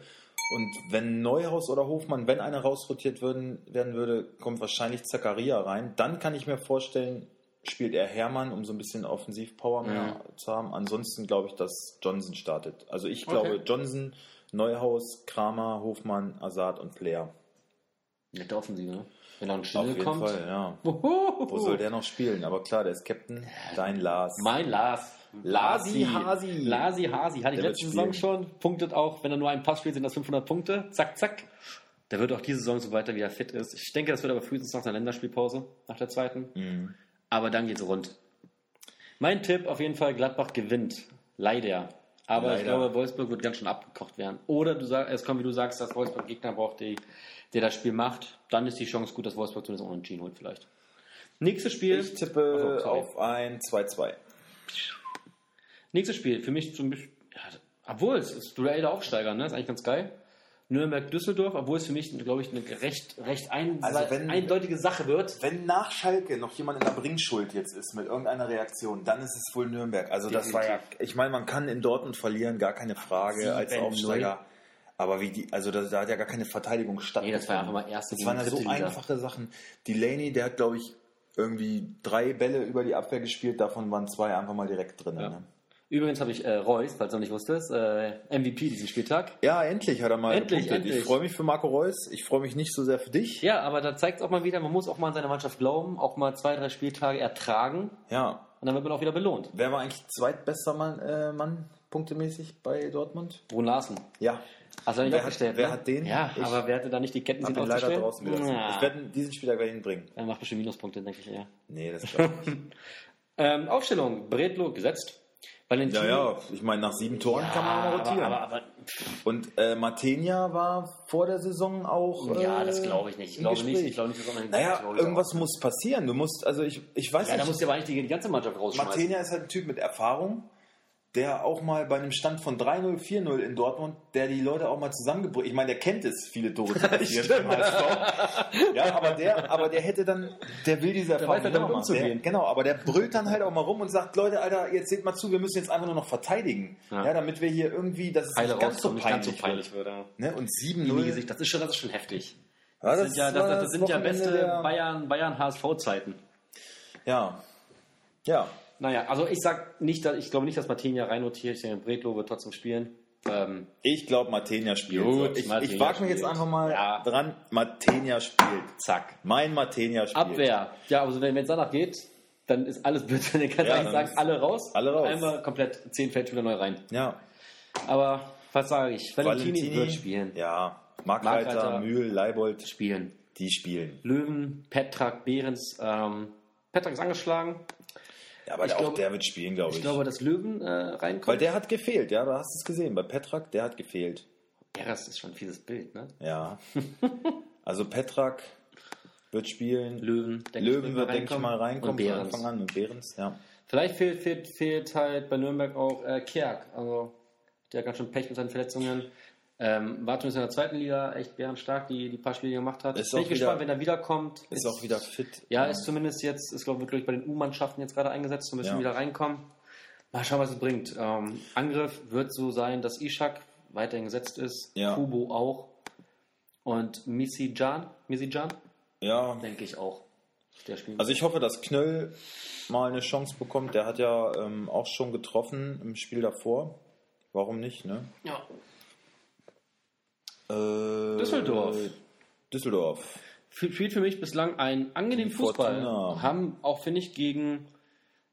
[SPEAKER 1] und wenn Neuhaus oder Hofmann, wenn einer rausrotiert würden, werden würde, kommt wahrscheinlich Zakaria rein. Dann kann ich mir vorstellen, spielt er Hermann, um so ein bisschen Offensivpower mehr zu haben. Ansonsten glaube ich, dass Johnson startet. Also ich
[SPEAKER 2] Mhm. Okay.
[SPEAKER 1] glaube Johnson, Neuhaus, Kramer, Hofmann, Azad und Player.
[SPEAKER 2] Nette Offensive, ne? Wenn noch ein
[SPEAKER 1] Auf
[SPEAKER 2] Stindel
[SPEAKER 1] jeden
[SPEAKER 2] kommt. Oh.
[SPEAKER 1] Fall, ja.
[SPEAKER 2] Uhuhu.
[SPEAKER 1] Wo soll der noch spielen? Aber klar, der ist Captain. Dein Lars.
[SPEAKER 2] Mein Lars.
[SPEAKER 1] Lasi Hasi.
[SPEAKER 2] Lasi Hasi. Hatte ich
[SPEAKER 1] Der wird
[SPEAKER 2] letzte
[SPEAKER 1] spielen.
[SPEAKER 2] Saison schon. Punktet auch, wenn er nur einen Pass spielt, sind das 500 Punkte. Zack, zack. Der wird auch diese Saison, sobald er wieder fit ist. Ich denke, das wird aber frühestens nach seiner Länderspielpause, nach der zweiten.
[SPEAKER 1] Mhm.
[SPEAKER 2] Aber dann geht's rund. Mein Tipp auf jeden Fall, Gladbach gewinnt. Leider. Aber ich
[SPEAKER 1] Leider.
[SPEAKER 2] glaube, Wolfsburg wird ganz schön abgekocht werden. Oder du sag, es kommt, wie du sagst, dass Wolfsburg Gegner braucht, die, der das Spiel macht. Dann ist die Chance gut, dass Wolfsburg zumindest unentschieden holt vielleicht. Nächstes Spiel.
[SPEAKER 1] Ich tippe
[SPEAKER 2] Ach so, sorry.
[SPEAKER 1] auf ein 2-2.
[SPEAKER 2] Nächstes Spiel, für mich so ein bisschen. Ja, obwohl, es ist Duell der Aufsteiger, ne? Ist eigentlich ganz geil. Nürnberg-Düsseldorf, obwohl es für mich, glaube ich, eine recht, recht ein,
[SPEAKER 1] Also wenn-
[SPEAKER 2] eindeutige Sache wird.
[SPEAKER 1] Wenn nach Schalke noch jemand in der Bringschuld jetzt ist mit irgendeiner Reaktion, dann ist es wohl Nürnberg. Also das war ja, ich meine, man kann in Dortmund verlieren, gar keine Frage als
[SPEAKER 2] 7-0.
[SPEAKER 1] Aufsteiger. Aber wie die, also da, da hat ja gar keine Verteidigung stattgefunden.
[SPEAKER 2] das war einfach mal erste
[SPEAKER 1] Das
[SPEAKER 2] gegen
[SPEAKER 1] waren ja so
[SPEAKER 2] dritte Liga.
[SPEAKER 1] einfache Sachen. Delaney, der hat, glaube ich, irgendwie drei Bälle über die Abwehr gespielt, davon waren zwei einfach mal direkt drin.
[SPEAKER 2] Ja.
[SPEAKER 1] Ne?
[SPEAKER 2] Übrigens habe ich äh, Reus, falls du noch nicht wusstest, äh, MVP diesen Spieltag.
[SPEAKER 1] Ja, endlich hat er mal
[SPEAKER 2] Endlich,
[SPEAKER 1] gepunktet.
[SPEAKER 2] endlich.
[SPEAKER 1] Ich freue mich für Marco Reus. Ich freue mich nicht so sehr für dich.
[SPEAKER 2] Ja, aber da zeigt es auch mal wieder, man muss auch mal an seine Mannschaft glauben, auch mal zwei, drei Spieltage ertragen
[SPEAKER 1] Ja.
[SPEAKER 2] und dann wird man auch wieder belohnt.
[SPEAKER 1] Wer war eigentlich zweitbester Mann, äh, Mann punktemäßig bei Dortmund?
[SPEAKER 2] Brun Larsen.
[SPEAKER 1] Ja.
[SPEAKER 2] Hast du nicht
[SPEAKER 1] Wer hat-
[SPEAKER 2] aufgestellt,
[SPEAKER 1] wer
[SPEAKER 2] ne?
[SPEAKER 1] hat den?
[SPEAKER 2] Ja,
[SPEAKER 1] Ich
[SPEAKER 2] aber wer hatte da nicht die Ketten
[SPEAKER 1] Hab
[SPEAKER 2] sind
[SPEAKER 1] ihn leider
[SPEAKER 2] aufgestellt?
[SPEAKER 1] draußen gelassen.
[SPEAKER 2] Na,
[SPEAKER 1] Ich werde diesen Spieler gleich hinbringen.
[SPEAKER 2] er macht bestimmt Minuspunkte, denke ich eher.
[SPEAKER 1] Nee, das glaube ich nicht.
[SPEAKER 2] Ähm, Aufstellung, Bredlo gesetzt. Valentino.
[SPEAKER 1] ja, ja, ich meine, nach sieben Toren kann man auch mal rotieren.
[SPEAKER 2] Aber, aber, aber
[SPEAKER 1] Und äh, Matenia war vor der Saison auch. Äh,
[SPEAKER 2] ja, das glaube ich nicht. Ich
[SPEAKER 1] im
[SPEAKER 2] glaube nicht,
[SPEAKER 1] Gespräch.
[SPEAKER 2] ich glaube nicht, dass er noch- ich
[SPEAKER 1] naja,
[SPEAKER 2] glaube,
[SPEAKER 1] irgendwas muss passieren. Du musst, also ich, ich weiß
[SPEAKER 2] Ja, da
[SPEAKER 1] nicht.
[SPEAKER 2] musst du aber nicht die, die ganze Mannschaft rausschmeißen.
[SPEAKER 1] Martenia ist halt ein Typ mit Erfahrung, der auch mal bei einem Stand von 3-0, 4-0 in Dortmund, der die Leute auch mal zusammengebracht Ich meine, der kennt es, viele Tore zu passieren. beim HSV. ja, aber der, aber der hätte dann, der will diese Erfahrung
[SPEAKER 2] weiß halt damit
[SPEAKER 1] auch machen. der,
[SPEAKER 2] umzugehen.
[SPEAKER 1] Genau, aber der brüllt dann halt auch mal rum und sagt, Leute, Alter, jetzt seht mal zu, wir müssen jetzt einfach nur noch verteidigen. Ja,
[SPEAKER 2] Ja.
[SPEAKER 1] damit wir hier irgendwie, dass es
[SPEAKER 2] Heile
[SPEAKER 1] nicht ganz, so
[SPEAKER 2] rauskommen, nicht ganz so
[SPEAKER 1] peinlich wird.
[SPEAKER 2] peinlich wird. ja.
[SPEAKER 1] Ne? Und
[SPEAKER 2] Wie
[SPEAKER 1] 7-0.
[SPEAKER 2] gesagt, Das ist schon, das ist schon heftig.
[SPEAKER 1] Ja,
[SPEAKER 2] Das, sind ja, das,
[SPEAKER 1] war
[SPEAKER 2] das sind ja
[SPEAKER 1] Wochenende
[SPEAKER 2] beste
[SPEAKER 1] der-
[SPEAKER 2] Bayern, Bayern HSV-Zeiten.
[SPEAKER 1] Ja. Ja.
[SPEAKER 2] Naja, also ich sag nicht, dass, ich glaube nicht, dass Martinia reinrotiert. Ich denke, Bredlo wird trotzdem spielen. Ähm,
[SPEAKER 1] Ich glaube, Matenia spielt.
[SPEAKER 2] Gut,
[SPEAKER 1] ich ich
[SPEAKER 2] Matenia
[SPEAKER 1] wage mich jetzt
[SPEAKER 2] spielt.
[SPEAKER 1] einfach mal
[SPEAKER 2] Ja.
[SPEAKER 1] dran. Matenia spielt.
[SPEAKER 2] zack.
[SPEAKER 1] Mein Matenia spielt.
[SPEAKER 2] Abwehr. Ja, also wenn es danach geht, dann ist alles blöd. Dann kannst du
[SPEAKER 1] Ja,
[SPEAKER 2] eigentlich
[SPEAKER 1] dann
[SPEAKER 2] sagen,
[SPEAKER 1] ist-
[SPEAKER 2] alle raus.
[SPEAKER 1] alle raus.
[SPEAKER 2] Einmal komplett zehn Feldspieler neu rein.
[SPEAKER 1] Ja.
[SPEAKER 2] Aber was sage ich? Valentini,
[SPEAKER 1] Valentini
[SPEAKER 2] wird spielen.
[SPEAKER 1] Ja.
[SPEAKER 2] Markreiter.
[SPEAKER 1] Markreiter, Mühl, Leibold,
[SPEAKER 2] Spielen.
[SPEAKER 1] die spielen.
[SPEAKER 2] Löwen, Petrak, Behrens. Ähm, Petrak ist angeschlagen.
[SPEAKER 1] Ja, aber
[SPEAKER 2] Ich
[SPEAKER 1] auch
[SPEAKER 2] glaube-
[SPEAKER 1] der wird spielen, glaube ich.
[SPEAKER 2] Ich glaube, dass Löwen äh, reinkommt.
[SPEAKER 1] Weil der hat gefehlt, ja, da hast du es gesehen. Bei Petrak, der hat gefehlt.
[SPEAKER 2] ja, das ist schon ein fieses Bild, ne?
[SPEAKER 1] Ja. also Petrak wird spielen.
[SPEAKER 2] Löwen, denke ich,
[SPEAKER 1] Löwen wird, denke ich mal, reinkommen von
[SPEAKER 2] Und Behrens.
[SPEAKER 1] Anfang an und Behrens, ja.
[SPEAKER 2] Vielleicht fehlt, fehlt, fehlt halt bei Nürnberg auch äh, Kerk. Also, der hat ganz schön Pech mit seinen Verletzungen. Ähm, war zumindest in der zweiten Liga echt bärenstark, die die paar Spiele die er gemacht hat.
[SPEAKER 1] Ist
[SPEAKER 2] Bin
[SPEAKER 1] auch
[SPEAKER 2] ich gespannt,
[SPEAKER 1] wieder-
[SPEAKER 2] wenn er wiederkommt.
[SPEAKER 1] Ist auch wieder fit.
[SPEAKER 2] Ja, ist zumindest jetzt, ist glaube ich wirklich bei den U-Mannschaften jetzt gerade eingesetzt, so ein bisschen
[SPEAKER 1] Ja.
[SPEAKER 2] wieder reinkommen. Mal schauen, was es bringt. Ähm, Angriff wird so sein, dass Ishak weiterhin gesetzt ist,
[SPEAKER 1] Ja.
[SPEAKER 2] Kubo auch und Missy Jan, Missy Jan,
[SPEAKER 1] Ja,
[SPEAKER 2] denke ich auch. Der spielt.
[SPEAKER 1] Also ich hoffe, dass Knöll mal eine Chance bekommt. Der hat ja ähm, auch schon getroffen im Spiel davor. Warum nicht, ne?
[SPEAKER 2] ja.
[SPEAKER 1] Äh,
[SPEAKER 2] Düsseldorf.
[SPEAKER 1] Düsseldorf.
[SPEAKER 2] F- spielt für mich bislang einen angenehmen Fußball.
[SPEAKER 1] Fortuna.
[SPEAKER 2] Haben auch, finde ich, gegen,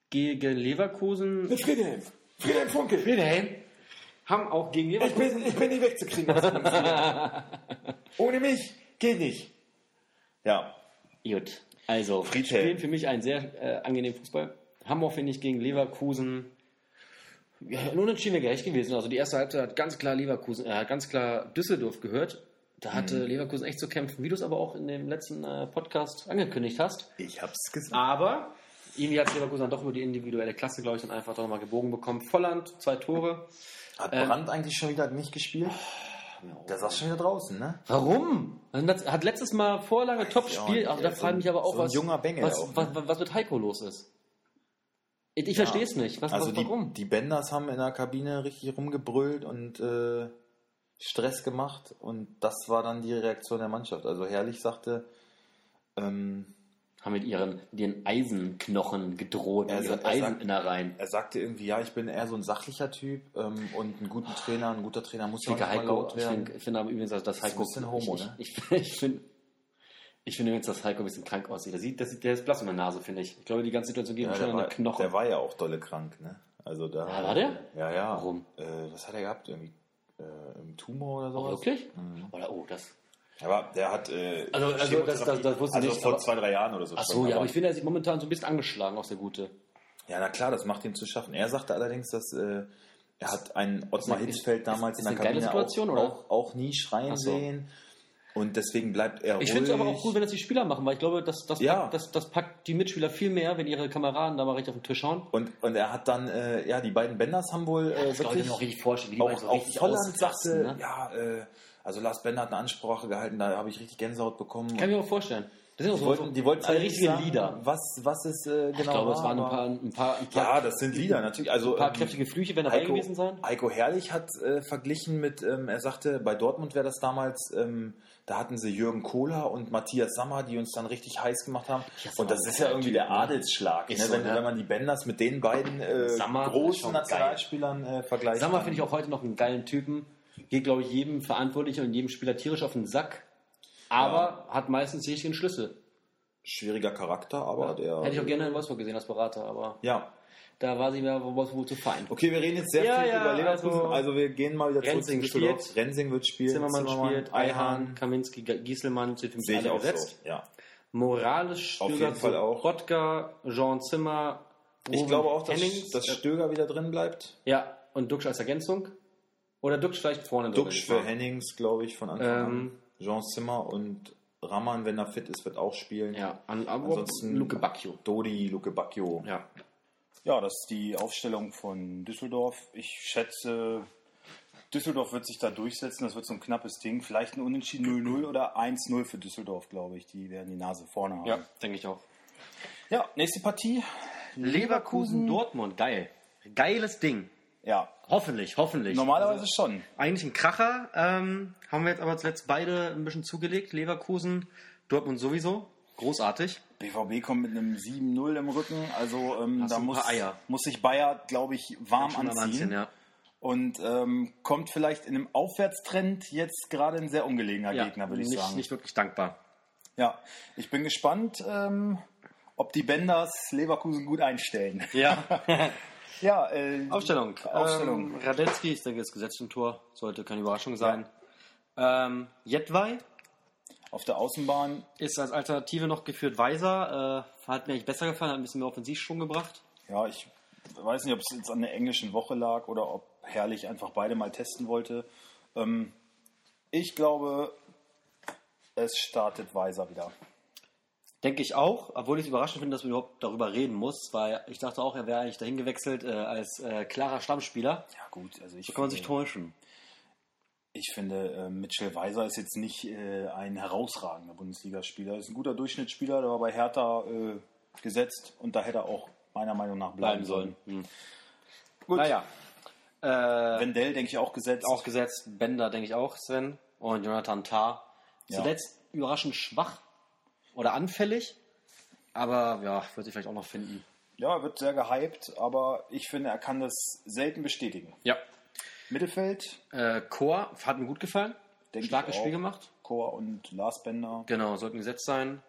[SPEAKER 2] gegen Leverkusen.
[SPEAKER 1] Friedhelm. Friedhelm Funke.
[SPEAKER 2] Wilhelm. Haben auch gegen
[SPEAKER 1] Ich
[SPEAKER 2] Leverkusen.
[SPEAKER 1] bin, ich bin nicht wegzukriegen. aus dem Spiel. Ohne mich geht nicht. Ja,
[SPEAKER 2] Gut. Also,
[SPEAKER 1] Friedhelm.
[SPEAKER 2] spielen für mich einen sehr äh, angenehmen Fußball. Hamburg finde ich gegen Leverkusen. Ja, ein Unentschieden wäre gerecht gewesen. Also die erste Halbzeit hat ganz klar Leverkusen, äh, ganz klar Düsseldorf gehört. Da hatte Leverkusen echt zu kämpfen, wie du es aber auch in dem letzten äh, Podcast angekündigt hast.
[SPEAKER 1] ich hab's gesagt.
[SPEAKER 2] Aber irgendwie hat Leverkusen dann doch über die individuelle Klasse, glaube ich, dann einfach doch nochmal gebogen bekommen. Volland, zwei Tore.
[SPEAKER 1] Hat
[SPEAKER 2] Ähm,
[SPEAKER 1] Brandt eigentlich schon wieder nicht gespielt? Der saß schon wieder draußen, ne?
[SPEAKER 2] Warum? Also Das hat letztes Mal Vorlage
[SPEAKER 1] ich
[SPEAKER 2] Topspiel,
[SPEAKER 1] auch
[SPEAKER 2] also da
[SPEAKER 1] nicht.
[SPEAKER 2] frage ich mich aber auch,
[SPEAKER 1] So ein
[SPEAKER 2] was,
[SPEAKER 1] junger Bengel
[SPEAKER 2] was,
[SPEAKER 1] auch, ne?
[SPEAKER 2] was, was, was mit Heiko los ist. Ich, ich verstehe es nicht. Was,
[SPEAKER 1] Also
[SPEAKER 2] was,
[SPEAKER 1] die,
[SPEAKER 2] warum?
[SPEAKER 1] die Benders haben in der Kabine richtig rumgebrüllt und äh, Stress gemacht und das war dann die Reaktion der Mannschaft. Also Herrlich sagte, ähm,
[SPEAKER 2] Haben mit ihren, mit ihren Eisenknochen gedroht,
[SPEAKER 1] Er
[SPEAKER 2] mit ihren
[SPEAKER 1] sagt- er sagt-
[SPEAKER 2] Eiseninnereien.
[SPEAKER 1] er sagte irgendwie, ja, ich bin eher so ein sachlicher Typ ähm, und einen guten Trainer, ein guter Trainer muss
[SPEAKER 2] Ich
[SPEAKER 1] ja auch
[SPEAKER 2] denke,
[SPEAKER 1] nicht mal
[SPEAKER 2] Heiko,
[SPEAKER 1] laut
[SPEAKER 2] ich
[SPEAKER 1] werden.
[SPEAKER 2] finde ich finde aber übrigens, dass das
[SPEAKER 1] ein
[SPEAKER 2] Heiko.
[SPEAKER 1] bisschen homo,
[SPEAKER 2] ich,
[SPEAKER 1] ne?
[SPEAKER 2] ich, ich, ich finde ich finde übrigens, dass Heiko ein bisschen krank aussieht. Der, sieht, der, sieht, der ist blass in der Nase, finde ich. Ich glaube, die ganze Situation geht ihm
[SPEAKER 1] Ja,
[SPEAKER 2] schon
[SPEAKER 1] der,
[SPEAKER 2] an
[SPEAKER 1] war,
[SPEAKER 2] der Knochen.
[SPEAKER 1] der war ja auch dolle krank, ne? Also da.
[SPEAKER 2] Ja, war der?
[SPEAKER 1] Ja, ja.
[SPEAKER 2] Warum?
[SPEAKER 1] Äh, was hat er gehabt? Irgendwie äh, im Tumor oder
[SPEAKER 2] oh,
[SPEAKER 1] sowas?
[SPEAKER 2] wirklich?
[SPEAKER 1] Mhm.
[SPEAKER 2] Oder oh, das.
[SPEAKER 1] Aber der hat. Äh,
[SPEAKER 2] Also- also das-
[SPEAKER 1] Chemotherapie-
[SPEAKER 2] das- das wusste ich
[SPEAKER 1] also
[SPEAKER 2] nicht,
[SPEAKER 1] vor
[SPEAKER 2] aber-
[SPEAKER 1] zwei, drei Jahren oder so.
[SPEAKER 2] Achso,
[SPEAKER 1] schon,
[SPEAKER 2] ja, aber ich finde, er sieht momentan so ein bisschen angeschlagen aus, der Gute.
[SPEAKER 1] Ja, na klar, das macht ihm zu schaffen. Er sagte allerdings, dass äh, er hat einen Ottmar
[SPEAKER 2] ist-
[SPEAKER 1] Hitzfeld damals
[SPEAKER 2] ist
[SPEAKER 1] in der
[SPEAKER 2] eine geile
[SPEAKER 1] Kabine
[SPEAKER 2] Situation,
[SPEAKER 1] auch,
[SPEAKER 2] oder?
[SPEAKER 1] Auch, auch nie schreien
[SPEAKER 2] Ach so.
[SPEAKER 1] sehen. Und deswegen bleibt er
[SPEAKER 2] Ich
[SPEAKER 1] ruhig.
[SPEAKER 2] finde es aber auch cool, wenn das die Spieler machen, weil ich glaube, das, das,
[SPEAKER 1] Ja.
[SPEAKER 2] packt, das, das packt die Mitspieler viel mehr, wenn ihre Kameraden da mal richtig auf den Tisch hauen.
[SPEAKER 1] und, und er hat dann, äh, ja, die beiden Benders haben wohl äh, wirklich
[SPEAKER 2] richtig vorstellen, wie
[SPEAKER 1] auch, auch Holland sagte,
[SPEAKER 2] Ne?
[SPEAKER 1] ja, äh, also Lars Bender hat eine Ansprache gehalten, da habe ich richtig Gänsehaut bekommen.
[SPEAKER 2] Kann ich mir auch vorstellen. Das sind auch
[SPEAKER 1] die wollten, die wollten
[SPEAKER 2] zwei
[SPEAKER 1] zwar nicht
[SPEAKER 2] richtige
[SPEAKER 1] sagen,
[SPEAKER 2] Lieder.
[SPEAKER 1] Was, was ist äh, genau
[SPEAKER 2] ich glaube, es
[SPEAKER 1] war,
[SPEAKER 2] waren ein
[SPEAKER 1] aber-
[SPEAKER 2] paar, ein paar, ein paar,
[SPEAKER 1] Ja, das sind Lieder natürlich. Also
[SPEAKER 2] ein paar
[SPEAKER 1] ähm,
[SPEAKER 2] kräftige Flüche werden dabei
[SPEAKER 1] Heiko,
[SPEAKER 2] gewesen sein.
[SPEAKER 1] Heiko Herrlich hat äh, verglichen mit, ähm, er sagte, bei Dortmund wäre das damals, ähm, da hatten sie Jürgen Kohler und Matthias Sammer, die uns dann richtig heiß gemacht haben.
[SPEAKER 2] Ja, Sammer
[SPEAKER 1] und das
[SPEAKER 2] ist
[SPEAKER 1] ist
[SPEAKER 2] ein
[SPEAKER 1] ja irgendwie
[SPEAKER 2] Typ,
[SPEAKER 1] der
[SPEAKER 2] ne?
[SPEAKER 1] Adelsschlag, ne?
[SPEAKER 2] Ist so,
[SPEAKER 1] wenn,
[SPEAKER 2] ne?
[SPEAKER 1] wenn man die Benders mit den beiden äh,
[SPEAKER 2] Sammer ist
[SPEAKER 1] großen
[SPEAKER 2] schon geil.
[SPEAKER 1] Nationalspielern äh, vergleicht.
[SPEAKER 2] Sammer finde ich auch heute noch einen geilen Typen. Geht, glaube ich, jedem Verantwortlichen und jedem Spieler tierisch auf den Sack. Aber hat meistens die richtigen Schlüssel.
[SPEAKER 1] Schwieriger Charakter, aber der...
[SPEAKER 2] Hätte ich auch gerne in Wolfsburg gesehen als Berater, aber
[SPEAKER 1] Ja,
[SPEAKER 2] da war sie mir Wolfsburg zu fein.
[SPEAKER 1] okay, wir reden jetzt sehr
[SPEAKER 2] Ja,
[SPEAKER 1] viel
[SPEAKER 2] ja,
[SPEAKER 1] über Leverkusen. Also,
[SPEAKER 2] also-
[SPEAKER 1] wir gehen mal wieder
[SPEAKER 2] Rensing
[SPEAKER 1] zurück zu Düsseldorf.
[SPEAKER 2] spielt.
[SPEAKER 1] Rensing wird spielen.
[SPEAKER 2] Zimmermann, spielt, Eihahn,
[SPEAKER 1] Eihahn.
[SPEAKER 2] Kaminski, Ge- Gieselmann sind für mich
[SPEAKER 1] Sehe ich
[SPEAKER 2] alle
[SPEAKER 1] auch
[SPEAKER 2] gesetzt.
[SPEAKER 1] so. Ja.
[SPEAKER 2] Moralisch
[SPEAKER 1] Auf
[SPEAKER 2] Stöger
[SPEAKER 1] jeden Fall
[SPEAKER 2] zu
[SPEAKER 1] auch.
[SPEAKER 2] Rodka, Jean Zimmer,
[SPEAKER 1] Ich
[SPEAKER 2] Ruben
[SPEAKER 1] glaube auch, dass,
[SPEAKER 2] Hennings,
[SPEAKER 1] dass
[SPEAKER 2] äh,
[SPEAKER 1] Stöger wieder drin bleibt.
[SPEAKER 2] ja, und Duxch als Ergänzung. Oder Duxch vielleicht vorne drin.
[SPEAKER 1] Duxch für Hennings, glaube ich, von Anfang an.
[SPEAKER 2] Ähm.
[SPEAKER 1] Jean Zimmer und Raman, wenn er fit ist, wird auch spielen.
[SPEAKER 2] Ja, an, aber
[SPEAKER 1] Ansonsten-
[SPEAKER 2] Luke Bacchio.
[SPEAKER 1] Dodi, Luke Bacchio.
[SPEAKER 2] Ja.
[SPEAKER 3] Ja, das ist die Aufstellung von Düsseldorf. Ich schätze, Düsseldorf wird sich da durchsetzen. Das wird so ein knappes Ding. Vielleicht ein Unentschieden 0-0 oder 1-0 für Düsseldorf, glaube ich. Die werden die Nase vorne haben.
[SPEAKER 2] Ja, denke ich auch.
[SPEAKER 3] ja nächste Partie.
[SPEAKER 2] Leverkusen, Dortmund, geil. Geiles Ding.
[SPEAKER 3] Ja,
[SPEAKER 2] Hoffentlich, hoffentlich.
[SPEAKER 3] normalerweise schon.
[SPEAKER 2] eigentlich ein Kracher. Ähm, haben wir jetzt aber zuletzt beide ein bisschen zugelegt. Leverkusen, Dortmund sowieso. Großartig.
[SPEAKER 3] BVB kommt mit einem 7-0 im Rücken. Also ähm,
[SPEAKER 2] Hast
[SPEAKER 3] da
[SPEAKER 2] du ein
[SPEAKER 3] muss,
[SPEAKER 2] paar Eier.
[SPEAKER 3] muss sich Bayer, glaube ich, warm
[SPEAKER 2] Schon mal
[SPEAKER 3] anziehen.
[SPEAKER 2] Wahnsinn, ja.
[SPEAKER 3] Und ähm, kommt vielleicht in einem Aufwärtstrend jetzt gerade ein sehr ungelegener
[SPEAKER 2] Ja,
[SPEAKER 3] Gegner, würde ich
[SPEAKER 2] nicht,
[SPEAKER 3] sagen.
[SPEAKER 2] nicht wirklich dankbar.
[SPEAKER 3] Ja, ich bin gespannt, ähm, ob die Benders Leverkusen gut einstellen.
[SPEAKER 2] Ja.
[SPEAKER 3] Ja, äh,
[SPEAKER 2] Aufstellung.
[SPEAKER 3] Aufstellung.
[SPEAKER 2] Ähm, Radetzky, ich denke, ist gesetzt im Tor. Sollte keine Überraschung sein. Ähm, Jedwai
[SPEAKER 3] auf der Außenbahn,
[SPEAKER 2] ist als Alternative noch geführt. Weiser äh, hat mir eigentlich besser gefallen, hat ein bisschen mehr Offensivschwung gebracht.
[SPEAKER 3] ja, ich weiß nicht, ob es jetzt an der englischen Woche lag oder ob Herrlich einfach beide mal testen wollte. Ähm, ich glaube, es startet Weiser wieder.
[SPEAKER 2] Denke ich auch, obwohl ich es überraschend finde, dass man überhaupt darüber reden muss, weil ich dachte auch, er wäre eigentlich dahin gewechselt äh, als äh, klarer Stammspieler.
[SPEAKER 3] Ja gut, also ich
[SPEAKER 2] So kann man sich
[SPEAKER 3] finde,
[SPEAKER 2] täuschen.
[SPEAKER 3] ich finde äh, Mitchell Weiser ist jetzt nicht äh, ein herausragender Bundesligaspieler. Er ist ein guter Durchschnittsspieler, der war bei Hertha äh, gesetzt und da hätte er auch meiner Meinung nach bleiben,
[SPEAKER 2] Bleiben
[SPEAKER 3] sollen.
[SPEAKER 2] sollen. Hm.
[SPEAKER 3] Gut.
[SPEAKER 2] Naja. Äh,
[SPEAKER 3] Wendell, denke ich, auch gesetzt.
[SPEAKER 2] auch gesetzt. Bender, denke ich auch, Sven. Und Jonathan Tah.
[SPEAKER 3] Ja.
[SPEAKER 2] Zuletzt überraschend schwach oder anfällig. Aber ja, wird sich vielleicht auch noch finden.
[SPEAKER 3] Ja, er wird sehr gehypt, aber ich finde, er kann das selten bestätigen.
[SPEAKER 2] Ja.
[SPEAKER 3] Mittelfeld,
[SPEAKER 2] Äh, Chor hat mir gut gefallen.
[SPEAKER 3] Denke
[SPEAKER 2] Starkes
[SPEAKER 3] ich auch.
[SPEAKER 2] Spiel gemacht.
[SPEAKER 3] Chor und Lars Bender.
[SPEAKER 2] Genau, sollten gesetzt sein.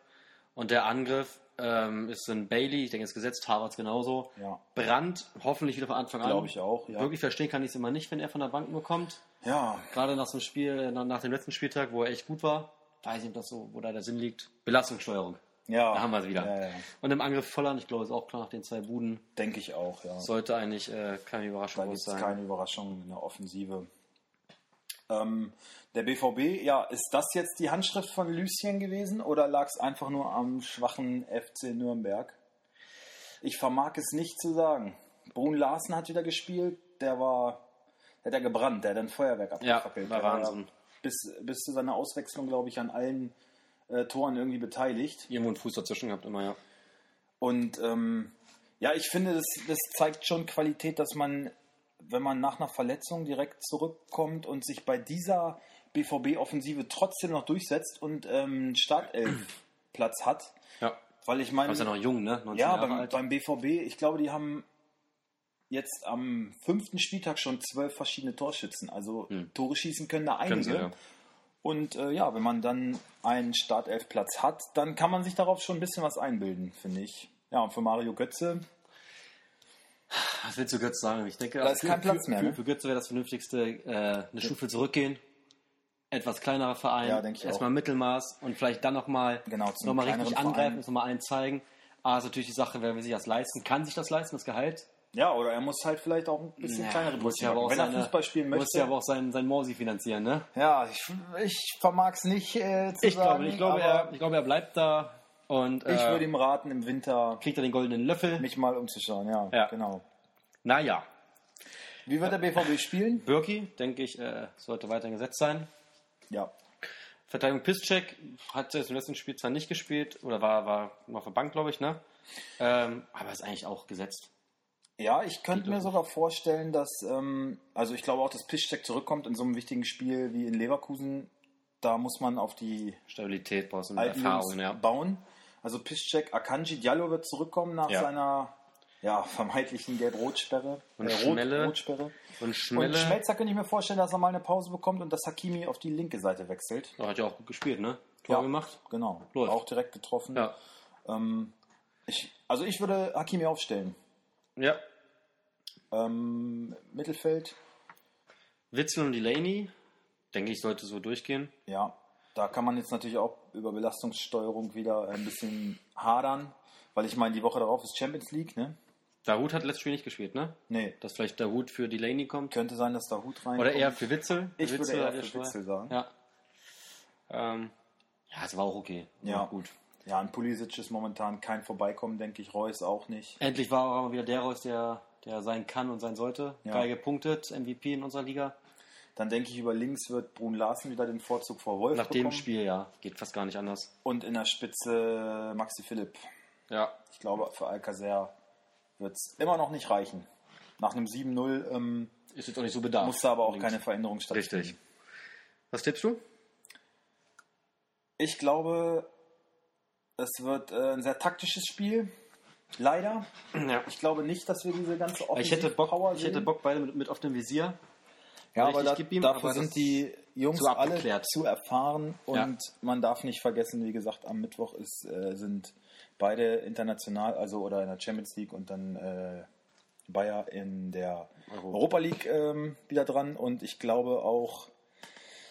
[SPEAKER 2] Und der Angriff, ähm, ist dann Bailey, ich denke, ist gesetzt, Harvards genauso.
[SPEAKER 1] Ja,
[SPEAKER 2] Brandt, hoffentlich wieder von Anfang an.
[SPEAKER 1] glaube ich auch. Ja.
[SPEAKER 2] Wirklich verstehen kann ich es immer nicht, wenn er von der Bank nur kommt.
[SPEAKER 1] ja,
[SPEAKER 2] Gerade nach so einem Spiel, äh, nach- nach dem letzten Spieltag, wo er echt gut war. Weiß nicht, ob das so, wo da der Sinn liegt. Belastungssteuerung.
[SPEAKER 1] ja.
[SPEAKER 2] Da haben wir sie wieder.
[SPEAKER 1] Ja, ja.
[SPEAKER 2] Und im Angriff Volland, ich glaube, ist auch klar nach den zwei Buden.
[SPEAKER 1] Denke ich auch, ja.
[SPEAKER 2] Sollte eigentlich äh, keine Überraschung
[SPEAKER 1] Da gibt
[SPEAKER 2] groß
[SPEAKER 1] es
[SPEAKER 2] sein.
[SPEAKER 1] keine Überraschung in der Offensive. Ähm, der BVB, ja, ist das jetzt die Handschrift von Lucien gewesen oder lag es einfach nur am schwachen FC Nürnberg? Ich vermag es nicht zu sagen. Brun Larsen hat wieder gespielt, der war, der hat ja gebrannt, der hat ein Feuerwerk
[SPEAKER 2] Ja,
[SPEAKER 1] abgefackelt.
[SPEAKER 2] war
[SPEAKER 1] Der war
[SPEAKER 2] Wahnsinn.
[SPEAKER 1] Bis, bis zu seiner Auswechslung, glaube ich, an allen äh, Toren irgendwie beteiligt.
[SPEAKER 2] Irgendwo einen Fuß dazwischen gehabt, immer, ja.
[SPEAKER 1] Und ähm, ja, ich finde, das, das zeigt schon Qualität, dass man, wenn man nach einer Verletzung direkt zurückkommt und sich bei dieser BVB-Offensive trotzdem noch durchsetzt und ähm, Startelf-Platz hat.
[SPEAKER 2] Ja.
[SPEAKER 1] Weil ich
[SPEAKER 2] Aber
[SPEAKER 1] meine,
[SPEAKER 2] ist ja noch jung, ne? 19
[SPEAKER 1] ja,
[SPEAKER 2] Jahre
[SPEAKER 1] beim,
[SPEAKER 2] alt.
[SPEAKER 1] beim BVB, ich glaube, die haben jetzt am fünften Spieltag schon zwölf verschiedene Torschützen. Also
[SPEAKER 2] Hm.
[SPEAKER 1] Tore schießen können da einige.
[SPEAKER 2] Können sie, ja.
[SPEAKER 1] Und äh, ja, wenn man dann einen Startelfplatz hat, dann kann man sich darauf schon ein bisschen was einbilden, finde ich. Ja, und für Mario Götze,
[SPEAKER 2] Was Ah, willst du Götz sagen? Ich denke,
[SPEAKER 1] Da
[SPEAKER 2] also
[SPEAKER 1] ist
[SPEAKER 2] für-
[SPEAKER 1] kein Platz
[SPEAKER 2] für,
[SPEAKER 1] mehr,
[SPEAKER 2] Für,
[SPEAKER 1] ne?
[SPEAKER 2] für Götze wäre das Vernünftigste, äh, eine Stufe zurückgehen, etwas kleinerer Verein,
[SPEAKER 1] Ja, denke ich
[SPEAKER 2] erstmal
[SPEAKER 1] auch.
[SPEAKER 2] Mittelmaß und vielleicht dann nochmal
[SPEAKER 1] Genau, zum
[SPEAKER 2] noch mal richtig
[SPEAKER 1] kleineren Verein.
[SPEAKER 2] angreifen, uns nochmal einen zeigen. A ist natürlich die Sache, wer will sich das leisten? Kann sich das leisten, das Gehalt?
[SPEAKER 1] ja, oder er muss halt vielleicht auch ein bisschen
[SPEAKER 2] Naja,
[SPEAKER 1] kleinere
[SPEAKER 2] muss
[SPEAKER 1] Brüste
[SPEAKER 2] ja aber auch
[SPEAKER 1] machen. Wenn
[SPEAKER 2] seine-
[SPEAKER 1] er Fußball spielen
[SPEAKER 2] Muss ja aber
[SPEAKER 1] möchte.
[SPEAKER 2] auch sein, sein Morsi finanzieren, ne?
[SPEAKER 1] Ja, ich, ich vermag es nicht äh, zu
[SPEAKER 2] Ich
[SPEAKER 1] sagen.
[SPEAKER 2] glaube, ich glaube, er,
[SPEAKER 1] aber
[SPEAKER 2] ich glaube, er bleibt da und
[SPEAKER 1] ich würde
[SPEAKER 2] äh,
[SPEAKER 1] ihm raten, im Winter
[SPEAKER 2] kriegt er den goldenen Löffel.
[SPEAKER 1] mich mal umzuschauen. Ja,
[SPEAKER 2] Ja.
[SPEAKER 1] genau.
[SPEAKER 2] Naja,
[SPEAKER 1] Wie wird der BVB spielen?
[SPEAKER 2] Birki, denke ich, äh, sollte weiterhin gesetzt sein.
[SPEAKER 1] Ja,
[SPEAKER 2] Verteidigung Piszczek hat jetzt im letzten Spiel zwar nicht gespielt oder war, war noch auf der Bank, glaube ich, ne? Ähm, aber ist eigentlich auch gesetzt.
[SPEAKER 1] Ja, ich könnte
[SPEAKER 2] Die
[SPEAKER 1] mir
[SPEAKER 2] dürfen.
[SPEAKER 1] sogar vorstellen, dass, ähm, also ich glaube auch, dass Piszczek zurückkommt in so einem wichtigen Spiel wie in Leverkusen. Da muss man auf die
[SPEAKER 2] Stabilität brauchst du mit
[SPEAKER 1] alten Jungs
[SPEAKER 2] Erfahrung, ja.
[SPEAKER 1] bauen. Also Piszczek, Akanji Diallo wird zurückkommen nach
[SPEAKER 2] Ja.
[SPEAKER 1] seiner ja, vermeintlichen Gelb-Rot-Sperre.
[SPEAKER 2] Und
[SPEAKER 1] Äh, Rot-
[SPEAKER 2] Schmelle.
[SPEAKER 1] Rotsperre.
[SPEAKER 2] Und
[SPEAKER 1] Und
[SPEAKER 2] Schmelle
[SPEAKER 1] Schmelzer könnte ich mir vorstellen, dass er mal eine Pause bekommt und dass Hakimi auf die linke Seite wechselt.
[SPEAKER 2] oh, hat ja auch gut gespielt, ne? Tor
[SPEAKER 1] Ja.
[SPEAKER 2] gemacht.
[SPEAKER 1] Genau,
[SPEAKER 2] Läuft.
[SPEAKER 1] auch direkt getroffen.
[SPEAKER 2] Ja.
[SPEAKER 1] Ähm, ich, also ich würde Hakimi aufstellen.
[SPEAKER 2] ja.
[SPEAKER 1] Ähm, Mittelfeld,
[SPEAKER 2] Witzel und Delaney, denke ich, sollte so durchgehen.
[SPEAKER 1] Ja, da kann man jetzt natürlich auch über Belastungssteuerung wieder ein bisschen hadern, weil ich meine, die Woche darauf ist Champions League, ne?
[SPEAKER 2] Dahut hat letztes Spiel nicht gespielt, ne?
[SPEAKER 1] Nee,
[SPEAKER 2] Dass vielleicht Dahut für Delaney kommt.
[SPEAKER 1] könnte sein, dass da Hut rein.
[SPEAKER 2] Oder eher für Witzel.
[SPEAKER 1] Ich würde
[SPEAKER 2] Witzel
[SPEAKER 1] eher
[SPEAKER 2] hat ja
[SPEAKER 1] für
[SPEAKER 2] schon mal-
[SPEAKER 1] Witzel sagen.
[SPEAKER 2] Ja. Ähm, ja, es war auch okay. War
[SPEAKER 1] Ja.
[SPEAKER 2] gut.
[SPEAKER 1] Ja, an Pulisic ist momentan kein Vorbeikommen, denke ich. Reus auch nicht.
[SPEAKER 2] Endlich war auch mal wieder der raus, der, der sein kann und sein sollte.
[SPEAKER 1] Ja.
[SPEAKER 2] Geil gepunktet, MVP in unserer Liga.
[SPEAKER 1] Dann denke ich, über links wird Brun Larsen wieder den Vorzug vor Wolf
[SPEAKER 2] Nach dem
[SPEAKER 1] bekommen.
[SPEAKER 2] Spiel, ja. Geht fast gar nicht anders.
[SPEAKER 1] Und in der Spitze Maxi Philipp.
[SPEAKER 2] Ja.
[SPEAKER 1] Ich glaube, für Alcacer wird es immer noch nicht reichen. Nach einem 7-0 ähm,
[SPEAKER 2] Ist jetzt auch nicht so bedarf.
[SPEAKER 1] muss da aber auch
[SPEAKER 2] Unbedingt.
[SPEAKER 1] keine Veränderung stattfinden.
[SPEAKER 2] Richtig. Was tippst du?
[SPEAKER 1] Ich glaube, es wird äh, ein sehr taktisches Spiel. Leider.
[SPEAKER 2] Ja.
[SPEAKER 1] Ich glaube nicht, dass wir diese ganze Offensive
[SPEAKER 2] Ich hätte Bock,
[SPEAKER 1] Power
[SPEAKER 2] ich hätte
[SPEAKER 1] sehen.
[SPEAKER 2] Bock beide mit, mit offenem Visier.
[SPEAKER 1] Ja,
[SPEAKER 2] Richtig,
[SPEAKER 1] aber da,
[SPEAKER 2] gib ihm,
[SPEAKER 1] dafür
[SPEAKER 2] aber das
[SPEAKER 1] sind die Jungs
[SPEAKER 2] zu
[SPEAKER 1] alle
[SPEAKER 2] abgeklärt.
[SPEAKER 1] zu erfahren und
[SPEAKER 2] Ja.
[SPEAKER 1] man darf nicht vergessen, wie gesagt, am Mittwoch ist, äh, sind beide international, also oder in der Champions League und dann äh, Bayer in der
[SPEAKER 2] Europa.
[SPEAKER 1] Europa League ähm, wieder dran und ich glaube auch,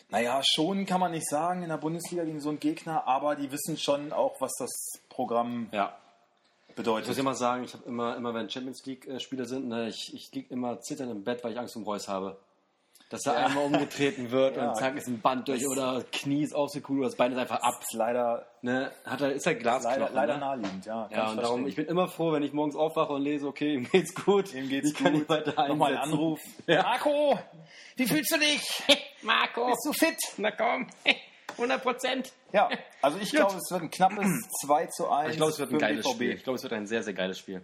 [SPEAKER 1] naja, schon kann man nicht sagen in der Bundesliga gegen so einen Gegner, aber die wissen schon auch, was das Programm
[SPEAKER 2] Ja. Ich muss
[SPEAKER 1] bedeutet.
[SPEAKER 2] immer sagen, ich habe immer, immer, wenn Champions League-Spieler sind, ne, ich, ich liege immer zitternd im Bett, weil ich Angst um Reus habe. Dass er einmal umgetreten wird
[SPEAKER 1] Ja.
[SPEAKER 2] und zack ist ein Band durch oder Knie ist ausgekugelt oder das Bein ist einfach ab.
[SPEAKER 1] Ist leider,
[SPEAKER 2] Ne? Hat er, ist er Glasknochen.
[SPEAKER 1] leider, leider
[SPEAKER 2] ne?
[SPEAKER 1] naheliegend, ja. kann
[SPEAKER 2] Ja, und darum, ich
[SPEAKER 1] verstehen.
[SPEAKER 2] bin immer froh, wenn ich morgens aufwache und lese, okay, ihm geht's gut.
[SPEAKER 1] Ihm geht's
[SPEAKER 2] ich kann
[SPEAKER 1] gut.
[SPEAKER 2] Ihn weiter
[SPEAKER 1] Nochmal
[SPEAKER 2] einsetzen.
[SPEAKER 1] einen Anruf.
[SPEAKER 2] Ja.
[SPEAKER 1] Marco, wie fühlst du dich?
[SPEAKER 2] Marco,
[SPEAKER 1] Bist du fit?
[SPEAKER 2] na komm, 100 Prozent.
[SPEAKER 1] Ja, also ich glaube, es wird ein knappes 2 zu 1
[SPEAKER 2] Ich glaube, es wird ein
[SPEAKER 1] für den
[SPEAKER 2] geiles Spiel. Ich glaube, es wird ein sehr, sehr geiles Spiel.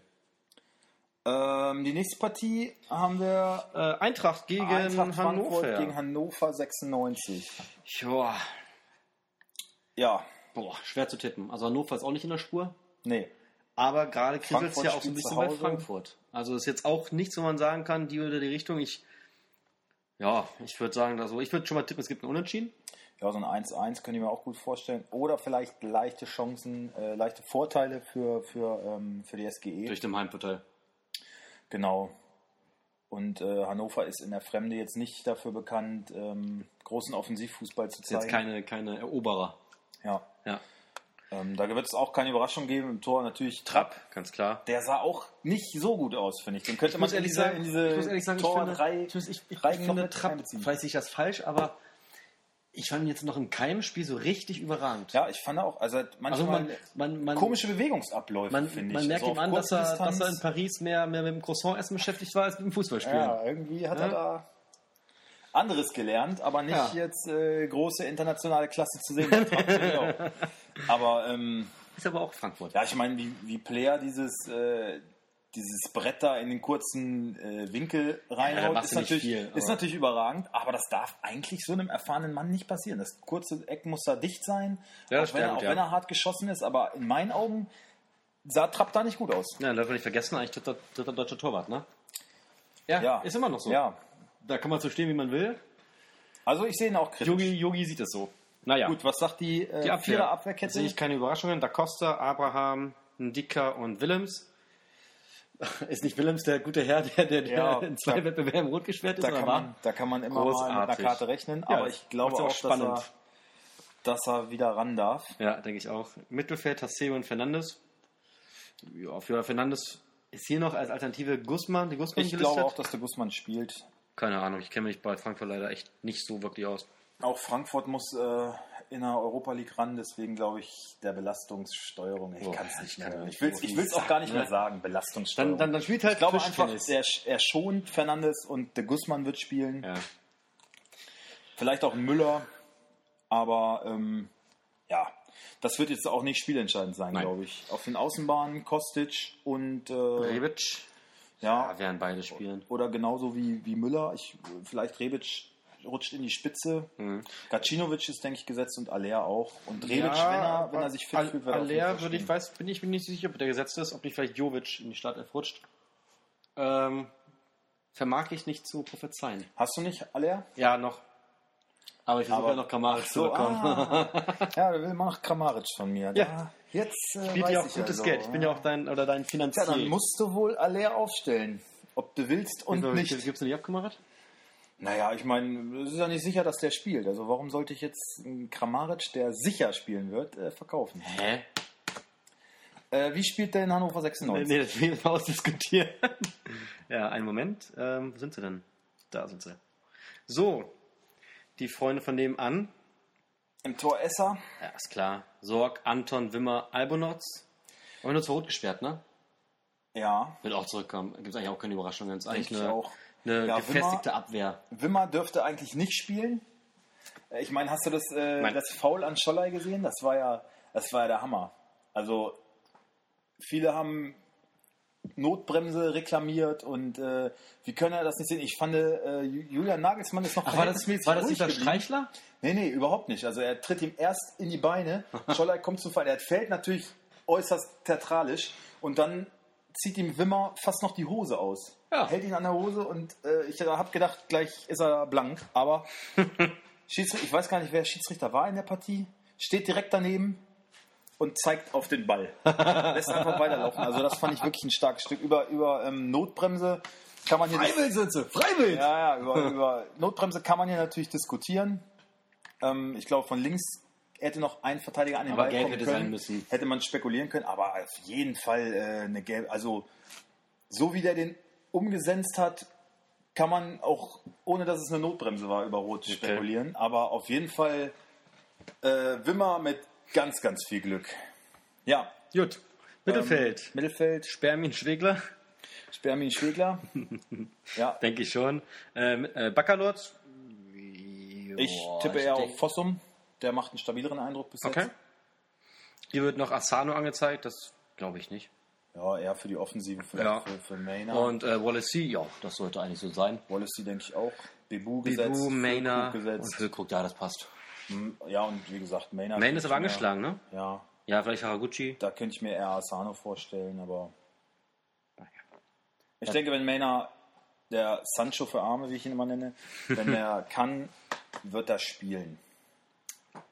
[SPEAKER 1] Ähm, die nächste Partie haben wir
[SPEAKER 2] Äh, Eintracht gegen
[SPEAKER 1] Eintracht Frankfurt
[SPEAKER 2] Hannover.
[SPEAKER 1] gegen Hannover 96.
[SPEAKER 2] Joa.
[SPEAKER 1] Ja,
[SPEAKER 2] Boah, schwer zu tippen. Also Hannover ist auch nicht in der Spur.
[SPEAKER 1] nee.
[SPEAKER 2] Aber gerade kriselt es
[SPEAKER 1] Frankfurt
[SPEAKER 2] ja auch so ein
[SPEAKER 1] spielt
[SPEAKER 2] bisschen
[SPEAKER 1] zu
[SPEAKER 2] bei
[SPEAKER 1] Hause.
[SPEAKER 2] Frankfurt. Also ist jetzt auch nichts, wo man sagen kann, die oder die Richtung. Ich, ja, ich würde sagen, also ich würde schon mal tippen, es gibt einen Unentschieden.
[SPEAKER 1] Ja, so ein 1-1 könnte ich mir auch gut vorstellen. Oder vielleicht leichte Chancen, äh, leichte Vorteile für, für, ähm, für die SGE.
[SPEAKER 2] Durch den Heimvorteil.
[SPEAKER 1] Genau. Und äh, Hannover ist in der Fremde jetzt nicht dafür bekannt, ähm, großen Offensivfußball zu
[SPEAKER 2] Ist jetzt
[SPEAKER 1] zeigen.
[SPEAKER 2] keine, keine Eroberer.
[SPEAKER 1] ja.
[SPEAKER 2] Ja,
[SPEAKER 1] ähm, da wird es auch keine Überraschung geben. Im Tor natürlich Trapp.
[SPEAKER 2] ganz klar.
[SPEAKER 1] Der sah auch nicht so gut aus, finde ich. Den könnte man in diese- in diese
[SPEAKER 2] ich muss ehrlich sagen, ich
[SPEAKER 1] Tor
[SPEAKER 2] finde,
[SPEAKER 1] drei-
[SPEAKER 2] ich, muss, ich, ich
[SPEAKER 1] drei
[SPEAKER 2] finde
[SPEAKER 1] komplett
[SPEAKER 2] Trapp,
[SPEAKER 1] einbeziehen.
[SPEAKER 2] vielleicht sehe ich das falsch, aber ich fand ihn jetzt noch in keinem Spiel so richtig überragend.
[SPEAKER 1] Ja, ich fand auch, also er hat
[SPEAKER 2] also
[SPEAKER 1] manchmal
[SPEAKER 2] man, man, man,
[SPEAKER 1] komische Bewegungsabläufe,
[SPEAKER 2] man,
[SPEAKER 1] finde ich.
[SPEAKER 2] man merkt
[SPEAKER 1] So
[SPEAKER 2] ihm
[SPEAKER 1] auf
[SPEAKER 2] an, dass er, dass
[SPEAKER 1] Kurzdistanz.
[SPEAKER 2] er in Paris mehr, mehr mit dem Croissant-Essen beschäftigt war als mit dem Fußballspielen.
[SPEAKER 1] Ja, irgendwie hat
[SPEAKER 2] Ja.
[SPEAKER 1] er da anderes gelernt, aber nicht
[SPEAKER 2] Ja.
[SPEAKER 1] jetzt äh, große internationale Klasse zu sehen. Das macht natürlich auch. aber ähm,
[SPEAKER 2] Ist aber auch Frankfurt.
[SPEAKER 1] ja, ich meine, wie, wie Player dieses, äh, dieses Brett da in den kurzen äh, Winkel
[SPEAKER 2] Ja, da
[SPEAKER 1] reinhaut,
[SPEAKER 2] machst
[SPEAKER 1] ist,
[SPEAKER 2] du nicht
[SPEAKER 1] natürlich,
[SPEAKER 2] viel, aber-
[SPEAKER 1] ist natürlich überragend, aber das darf eigentlich so einem erfahrenen Mann nicht passieren. Das kurze Eck muss da dicht sein,
[SPEAKER 2] Ja, das
[SPEAKER 1] auch, wenn, er,
[SPEAKER 2] stimmt,
[SPEAKER 1] auch
[SPEAKER 2] ja.
[SPEAKER 1] wenn er hart geschossen ist, aber in meinen Augen sah Trapp da nicht gut aus.
[SPEAKER 2] Ja, darf man nicht vergessen, eigentlich dritter, dritter deutscher Torwart, ne? Ja, ist immer noch so.
[SPEAKER 1] Ja.
[SPEAKER 2] Da kann man so stehen, wie man will.
[SPEAKER 1] Also ich sehe ihn auch kritisch.
[SPEAKER 2] Yogi, Yogi sieht es so. Naja,
[SPEAKER 1] Gut, was sagt die, äh,
[SPEAKER 2] die Abwehr.
[SPEAKER 1] Vierer Abwehrkette?
[SPEAKER 2] Sehe ich keine Überraschungen. Da Costa, Abraham, Ndika und Willems. Ist nicht Willems der gute Herr, der, der, der
[SPEAKER 1] Ja,
[SPEAKER 2] in zwei
[SPEAKER 1] da-
[SPEAKER 2] Wettbewerben rot gesperrt ist?
[SPEAKER 1] da,
[SPEAKER 2] oder
[SPEAKER 1] kann
[SPEAKER 2] war?
[SPEAKER 1] man, da kann man immer mal mit einer
[SPEAKER 2] Großartig.
[SPEAKER 1] Karte rechnen,
[SPEAKER 2] Ja,
[SPEAKER 1] aber ich glaube
[SPEAKER 2] macht's ja
[SPEAKER 1] auch,
[SPEAKER 2] auch spannend.
[SPEAKER 1] Dass, er, dass er wieder ran darf.
[SPEAKER 2] Ja, denke ich auch. Mittelfeld, Tasseo und Fernandes. Ja, Auf Jura Fernandes ist hier noch als Alternative Guzman, die Guzman
[SPEAKER 1] Ich glaube auch, dass der Gussmann spielt.
[SPEAKER 2] Keine Ahnung, ich kenne mich bei Frankfurt leider echt nicht so wirklich aus.
[SPEAKER 1] Auch Frankfurt muss äh, in der Europa League ran, deswegen glaube ich, der Belastungssteuerung. Ich
[SPEAKER 2] Oh,
[SPEAKER 1] kann's
[SPEAKER 2] ja, ich kann
[SPEAKER 1] mehr.
[SPEAKER 2] nicht
[SPEAKER 1] Ich will's-
[SPEAKER 2] so
[SPEAKER 1] ich will es auch gar nicht
[SPEAKER 2] viel
[SPEAKER 1] mehr sagen, Belastungssteuerung.
[SPEAKER 2] Dann- dann- dann spielt halt
[SPEAKER 1] ich glaube einfach,
[SPEAKER 2] Tischtennis.
[SPEAKER 1] er, er schont Fernandes und der Gussmann wird spielen.
[SPEAKER 2] Ja.
[SPEAKER 1] Vielleicht auch Müller, aber ähm, ja, das wird jetzt auch nicht spielentscheidend sein,
[SPEAKER 2] Nein.
[SPEAKER 1] glaube ich. Auf den Außenbahnen Kostic und äh,
[SPEAKER 2] Rebic.
[SPEAKER 1] ja,
[SPEAKER 2] Da werden beide spielen.
[SPEAKER 1] oder genauso wie, wie Müller. Ich, vielleicht Rebic rutscht in die Spitze. Gacinovic ist, denke ich, gesetzt und Aller auch. Und Rebic, wenn, er, wenn er sich fit
[SPEAKER 2] Al-
[SPEAKER 1] fühlt, wird er auf jeden
[SPEAKER 2] Aller
[SPEAKER 1] Fall
[SPEAKER 2] würde ich,
[SPEAKER 1] spielen.
[SPEAKER 2] weiß, bin ich mir nicht sicher, ob der gesetzt ist, ob nicht vielleicht Jovic in die Startelf rutscht. Ähm, vermag ich nicht zu prophezeien.
[SPEAKER 1] Hast du nicht Aller?
[SPEAKER 2] Ja, noch. Aber ich versuche
[SPEAKER 1] Aber-
[SPEAKER 2] ja noch Kamaric zu
[SPEAKER 1] So,
[SPEAKER 2] bekommen.
[SPEAKER 1] ah, ja, der will immer noch Kramaric von mir.
[SPEAKER 2] Ja.
[SPEAKER 1] Da, jetzt äh,
[SPEAKER 2] Spielt
[SPEAKER 1] weiß
[SPEAKER 2] ja auch
[SPEAKER 1] ich
[SPEAKER 2] gutes
[SPEAKER 1] also,
[SPEAKER 2] Geld. Ich bin ja auch dein, oder dein
[SPEAKER 1] Ja,
[SPEAKER 2] Finanzier.
[SPEAKER 1] dann musst du wohl Aller aufstellen. Ob du willst und
[SPEAKER 2] Wieso,
[SPEAKER 1] nicht.
[SPEAKER 2] Gibst du nicht abgemacht?
[SPEAKER 1] Naja, ich meine, es ist ja nicht sicher, dass der spielt. Also warum sollte ich jetzt einen Kramaric, der sicher spielen wird, äh, verkaufen?
[SPEAKER 2] Hä?
[SPEAKER 1] Äh, wie spielt denn Hannover
[SPEAKER 2] Nee,
[SPEAKER 1] 96?
[SPEAKER 2] nee, das will ich mal ausdiskutieren. ja, einen Moment. Ähm, wo sind sie denn? Da sind sie. So, die Freunde von nebenan.
[SPEAKER 1] Im Tor Esser?
[SPEAKER 2] Ja, ist klar. Sorg, Anton, Wimmer, Albonotz. Aber nur zu rot gesperrt, ne?
[SPEAKER 1] Ja.
[SPEAKER 2] Wird auch zurückkommen. Gibt es eigentlich auch keine Überraschung. Das ist eigentlich
[SPEAKER 1] ich
[SPEAKER 2] eine,
[SPEAKER 1] auch.
[SPEAKER 2] eine
[SPEAKER 1] Ja,
[SPEAKER 2] gefestigte
[SPEAKER 1] Wimmer-
[SPEAKER 2] Abwehr.
[SPEAKER 1] Wimmer dürfte eigentlich nicht spielen. Äh, Ich meine, hast du das, äh,
[SPEAKER 2] Nein.
[SPEAKER 1] das Foul an Schollei gesehen? Das war ja, das war ja der Hammer. Also viele haben Notbremse reklamiert und äh, wie können er das nicht sehen? Ich fand, äh, Ju- Julian Nagelsmann ist noch
[SPEAKER 2] Ach, war das,
[SPEAKER 1] verhältnismäßig
[SPEAKER 2] war das
[SPEAKER 1] ruhig
[SPEAKER 2] dieser
[SPEAKER 1] geblieben.
[SPEAKER 2] Streichler?
[SPEAKER 1] Nee, nee, überhaupt nicht. Also er tritt ihm erst in die Beine. Scholler kommt zum Fall. Er fällt natürlich äußerst theatralisch und dann zieht ihm Wimmer fast noch die Hose aus.
[SPEAKER 2] Ja.
[SPEAKER 1] Hält ihn an der Hose und äh, ich habe gedacht, gleich ist er blank. Aber Schiedsrichter, ich weiß gar nicht, wer Schiedsrichter war in der Partie, steht direkt daneben und zeigt auf den Ball. Lässt einfach weiterlaufen. Also das fand ich wirklich ein starkes Stück. Über, über ähm, Notbremse kann man hier...
[SPEAKER 2] sind sie. Freiwild! Ja.
[SPEAKER 1] Ja, ja, über, über Notbremse kann man ja natürlich diskutieren. Ähm, ich glaube, von links hätte noch ein Verteidiger an den
[SPEAKER 2] Aber
[SPEAKER 1] Ball
[SPEAKER 2] gelb
[SPEAKER 1] kommen
[SPEAKER 2] hätte
[SPEAKER 1] können.
[SPEAKER 2] sein müssen.
[SPEAKER 1] Hätte man spekulieren können, aber auf jeden Fall äh, eine gelbe. Also, so wie der den umgesetzt hat, kann man auch, ohne dass es eine Notbremse war, über Rot spekulieren. Aber auf jeden Fall äh, Wimmer mit ganz, ganz viel Glück. Ja,
[SPEAKER 2] Gut. Mittelfeld.
[SPEAKER 1] Mittelfeld,
[SPEAKER 2] Spermin Schwegler,
[SPEAKER 1] Spermin Schwegler. ja,
[SPEAKER 2] denke ich schon. Ähm, äh, Baccalords.
[SPEAKER 1] ich tippe eher auf Fossum. Der macht einen stabileren Eindruck bis
[SPEAKER 2] Okay.
[SPEAKER 1] jetzt.
[SPEAKER 2] Hier wird noch Asano angezeigt, das glaube ich nicht.
[SPEAKER 1] Ja, eher für die Offensive, vielleicht
[SPEAKER 2] Ja.
[SPEAKER 1] für, für Maynard.
[SPEAKER 2] Und äh, Wallacey, ja, das sollte eigentlich so sein.
[SPEAKER 1] Wallacey denke ich auch. Bebu gesetzt.
[SPEAKER 2] Bibu,
[SPEAKER 1] Füllkrug
[SPEAKER 2] Maynard und
[SPEAKER 1] gesetzt.
[SPEAKER 2] Füllkrug, ja, das passt.
[SPEAKER 1] Hm, Ja, und wie gesagt, Maynard.
[SPEAKER 2] Main ist aber
[SPEAKER 1] könnte ich mir-
[SPEAKER 2] angeschlagen, ne?
[SPEAKER 1] Ja,
[SPEAKER 2] Ja, vielleicht Haraguchi.
[SPEAKER 1] da könnte ich mir eher Asano vorstellen, aber.
[SPEAKER 2] Naja.
[SPEAKER 1] Ich denke, wenn Maynard, der Sancho für Arme, wie ich ihn immer nenne, wenn er kann, wird er spielen.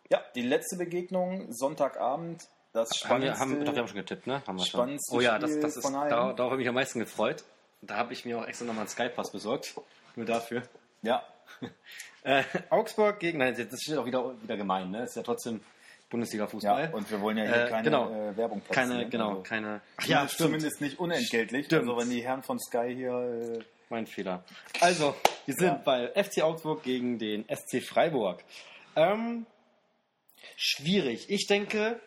[SPEAKER 1] Ja, die letzte Begegnung, Sonntagabend, das
[SPEAKER 2] Haben
[SPEAKER 1] spannendste.
[SPEAKER 2] wir, haben, doch, wir haben schon getippt, ne? Haben wir schon.
[SPEAKER 1] spannendste
[SPEAKER 2] Oh ja, das,
[SPEAKER 1] Spiel
[SPEAKER 2] das ist,
[SPEAKER 1] von allen.
[SPEAKER 2] darauf, darauf habe ich mich am meisten gefreut. Da habe ich mir auch extra nochmal einen Skypass besorgt. Nur dafür.
[SPEAKER 1] ja,
[SPEAKER 2] Äh, Augsburg gegen, nein, das ist ja auch wieder, wieder gemein, ne? Ist ja trotzdem Bundesliga-Fußball.
[SPEAKER 1] ja, und wir wollen ja hier
[SPEAKER 2] Äh,
[SPEAKER 1] keine
[SPEAKER 2] genau.
[SPEAKER 1] äh, Werbung
[SPEAKER 2] keine,
[SPEAKER 1] platzieren.
[SPEAKER 2] genau,
[SPEAKER 1] Also,
[SPEAKER 2] keine. Ach
[SPEAKER 1] ja, zumindest nicht unentgeltlich.
[SPEAKER 2] Stimmt.
[SPEAKER 1] Also wenn die Herren von Sky hier äh,
[SPEAKER 2] Mein Fehler. Also, wir sind bei FC Augsburg gegen den SC Freiburg. Ähm, schwierig. Ich denke,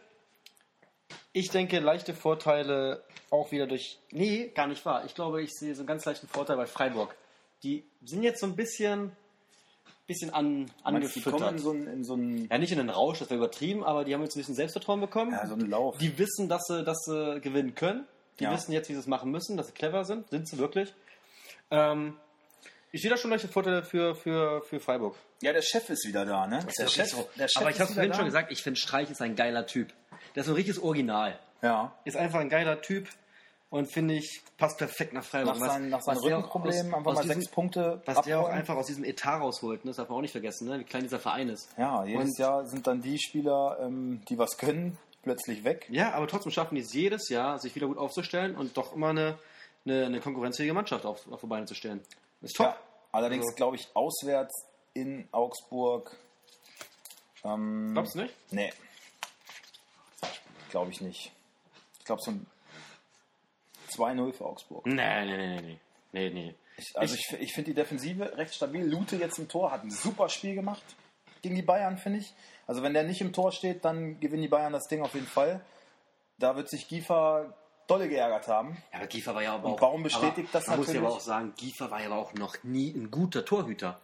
[SPEAKER 2] ich denke, leichte Vorteile auch wieder durch. Nee, gar nicht wahr. Ich glaube, ich sehe so einen ganz leichten Vorteil bei Freiburg. Die sind jetzt so ein bisschen, bisschen an,
[SPEAKER 1] meinst, die kommen in
[SPEAKER 2] angefüttert.
[SPEAKER 1] so einen, in so einen,
[SPEAKER 2] Ja, nicht in den Rausch, das wäre übertrieben, aber die haben jetzt ein bisschen Selbstvertrauen bekommen.
[SPEAKER 1] ja, so einen Lauf.
[SPEAKER 2] Die wissen, dass sie, dass sie gewinnen können. Die
[SPEAKER 1] Ja.
[SPEAKER 2] wissen jetzt, wie sie es machen müssen, dass sie clever sind. Sind sie wirklich. Ähm, ich sehe da schon leichte Vorteile für, für, für Freiburg.
[SPEAKER 1] ja, der Chef ist wieder da, ne? Der Chef, der Chef
[SPEAKER 2] Aber ich
[SPEAKER 1] ist
[SPEAKER 2] habe
[SPEAKER 1] wieder
[SPEAKER 2] vorhin
[SPEAKER 1] da.
[SPEAKER 2] schon gesagt, ich finde Streich ist ein geiler Typ. Der ist ein richtiges Original.
[SPEAKER 1] Ja.
[SPEAKER 2] Ist einfach ein geiler Typ und finde ich, passt perfekt nach Freiburg.
[SPEAKER 1] Nach, seinen, nach seinen
[SPEAKER 2] Also was der auch
[SPEAKER 1] Rückenproblemen
[SPEAKER 2] aus-
[SPEAKER 1] einfach
[SPEAKER 2] aus
[SPEAKER 1] mal
[SPEAKER 2] diesem-
[SPEAKER 1] sechs Punkte
[SPEAKER 2] Was der auch
[SPEAKER 1] abräumen.
[SPEAKER 2] einfach aus diesem Etat rausholt, ne? das darf man auch nicht vergessen, ne? wie klein dieser Verein ist.
[SPEAKER 1] Ja, jedes
[SPEAKER 2] Und-
[SPEAKER 1] Jahr sind dann die Spieler, ähm, die was können, plötzlich weg.
[SPEAKER 2] Ja, aber trotzdem schaffen die es jedes Jahr, sich wieder gut aufzustellen und doch immer eine, eine, eine konkurrenzfähige Mannschaft auf, auf die Beine zu stellen. Ist top.
[SPEAKER 1] Ja, allerdings
[SPEAKER 2] Also-
[SPEAKER 1] glaube ich auswärts in Augsburg. Ähm,
[SPEAKER 2] Glaubst du nicht?
[SPEAKER 1] Nee. Glaube ich nicht. Ich glaube so ein 2-0 für Augsburg.
[SPEAKER 2] Nee, nee, nee, nee. Nee, nee.
[SPEAKER 1] Ich, also ich, ich finde die Defensive recht stabil. Lute jetzt im Tor, hat ein super Spiel gemacht gegen die Bayern, finde ich. Also wenn der nicht im Tor steht, dann gewinnen die Bayern das Ding auf jeden Fall. Da wird sich Giefer dolle geärgert haben.
[SPEAKER 2] Ja, aber Giefer war ja aber
[SPEAKER 1] Und
[SPEAKER 2] auch.
[SPEAKER 1] Baum bestätigt
[SPEAKER 2] aber,
[SPEAKER 1] das
[SPEAKER 2] man muss ja
[SPEAKER 1] natürlich.
[SPEAKER 2] aber auch sagen, Giefer war ja aber auch noch nie ein guter Torhüter.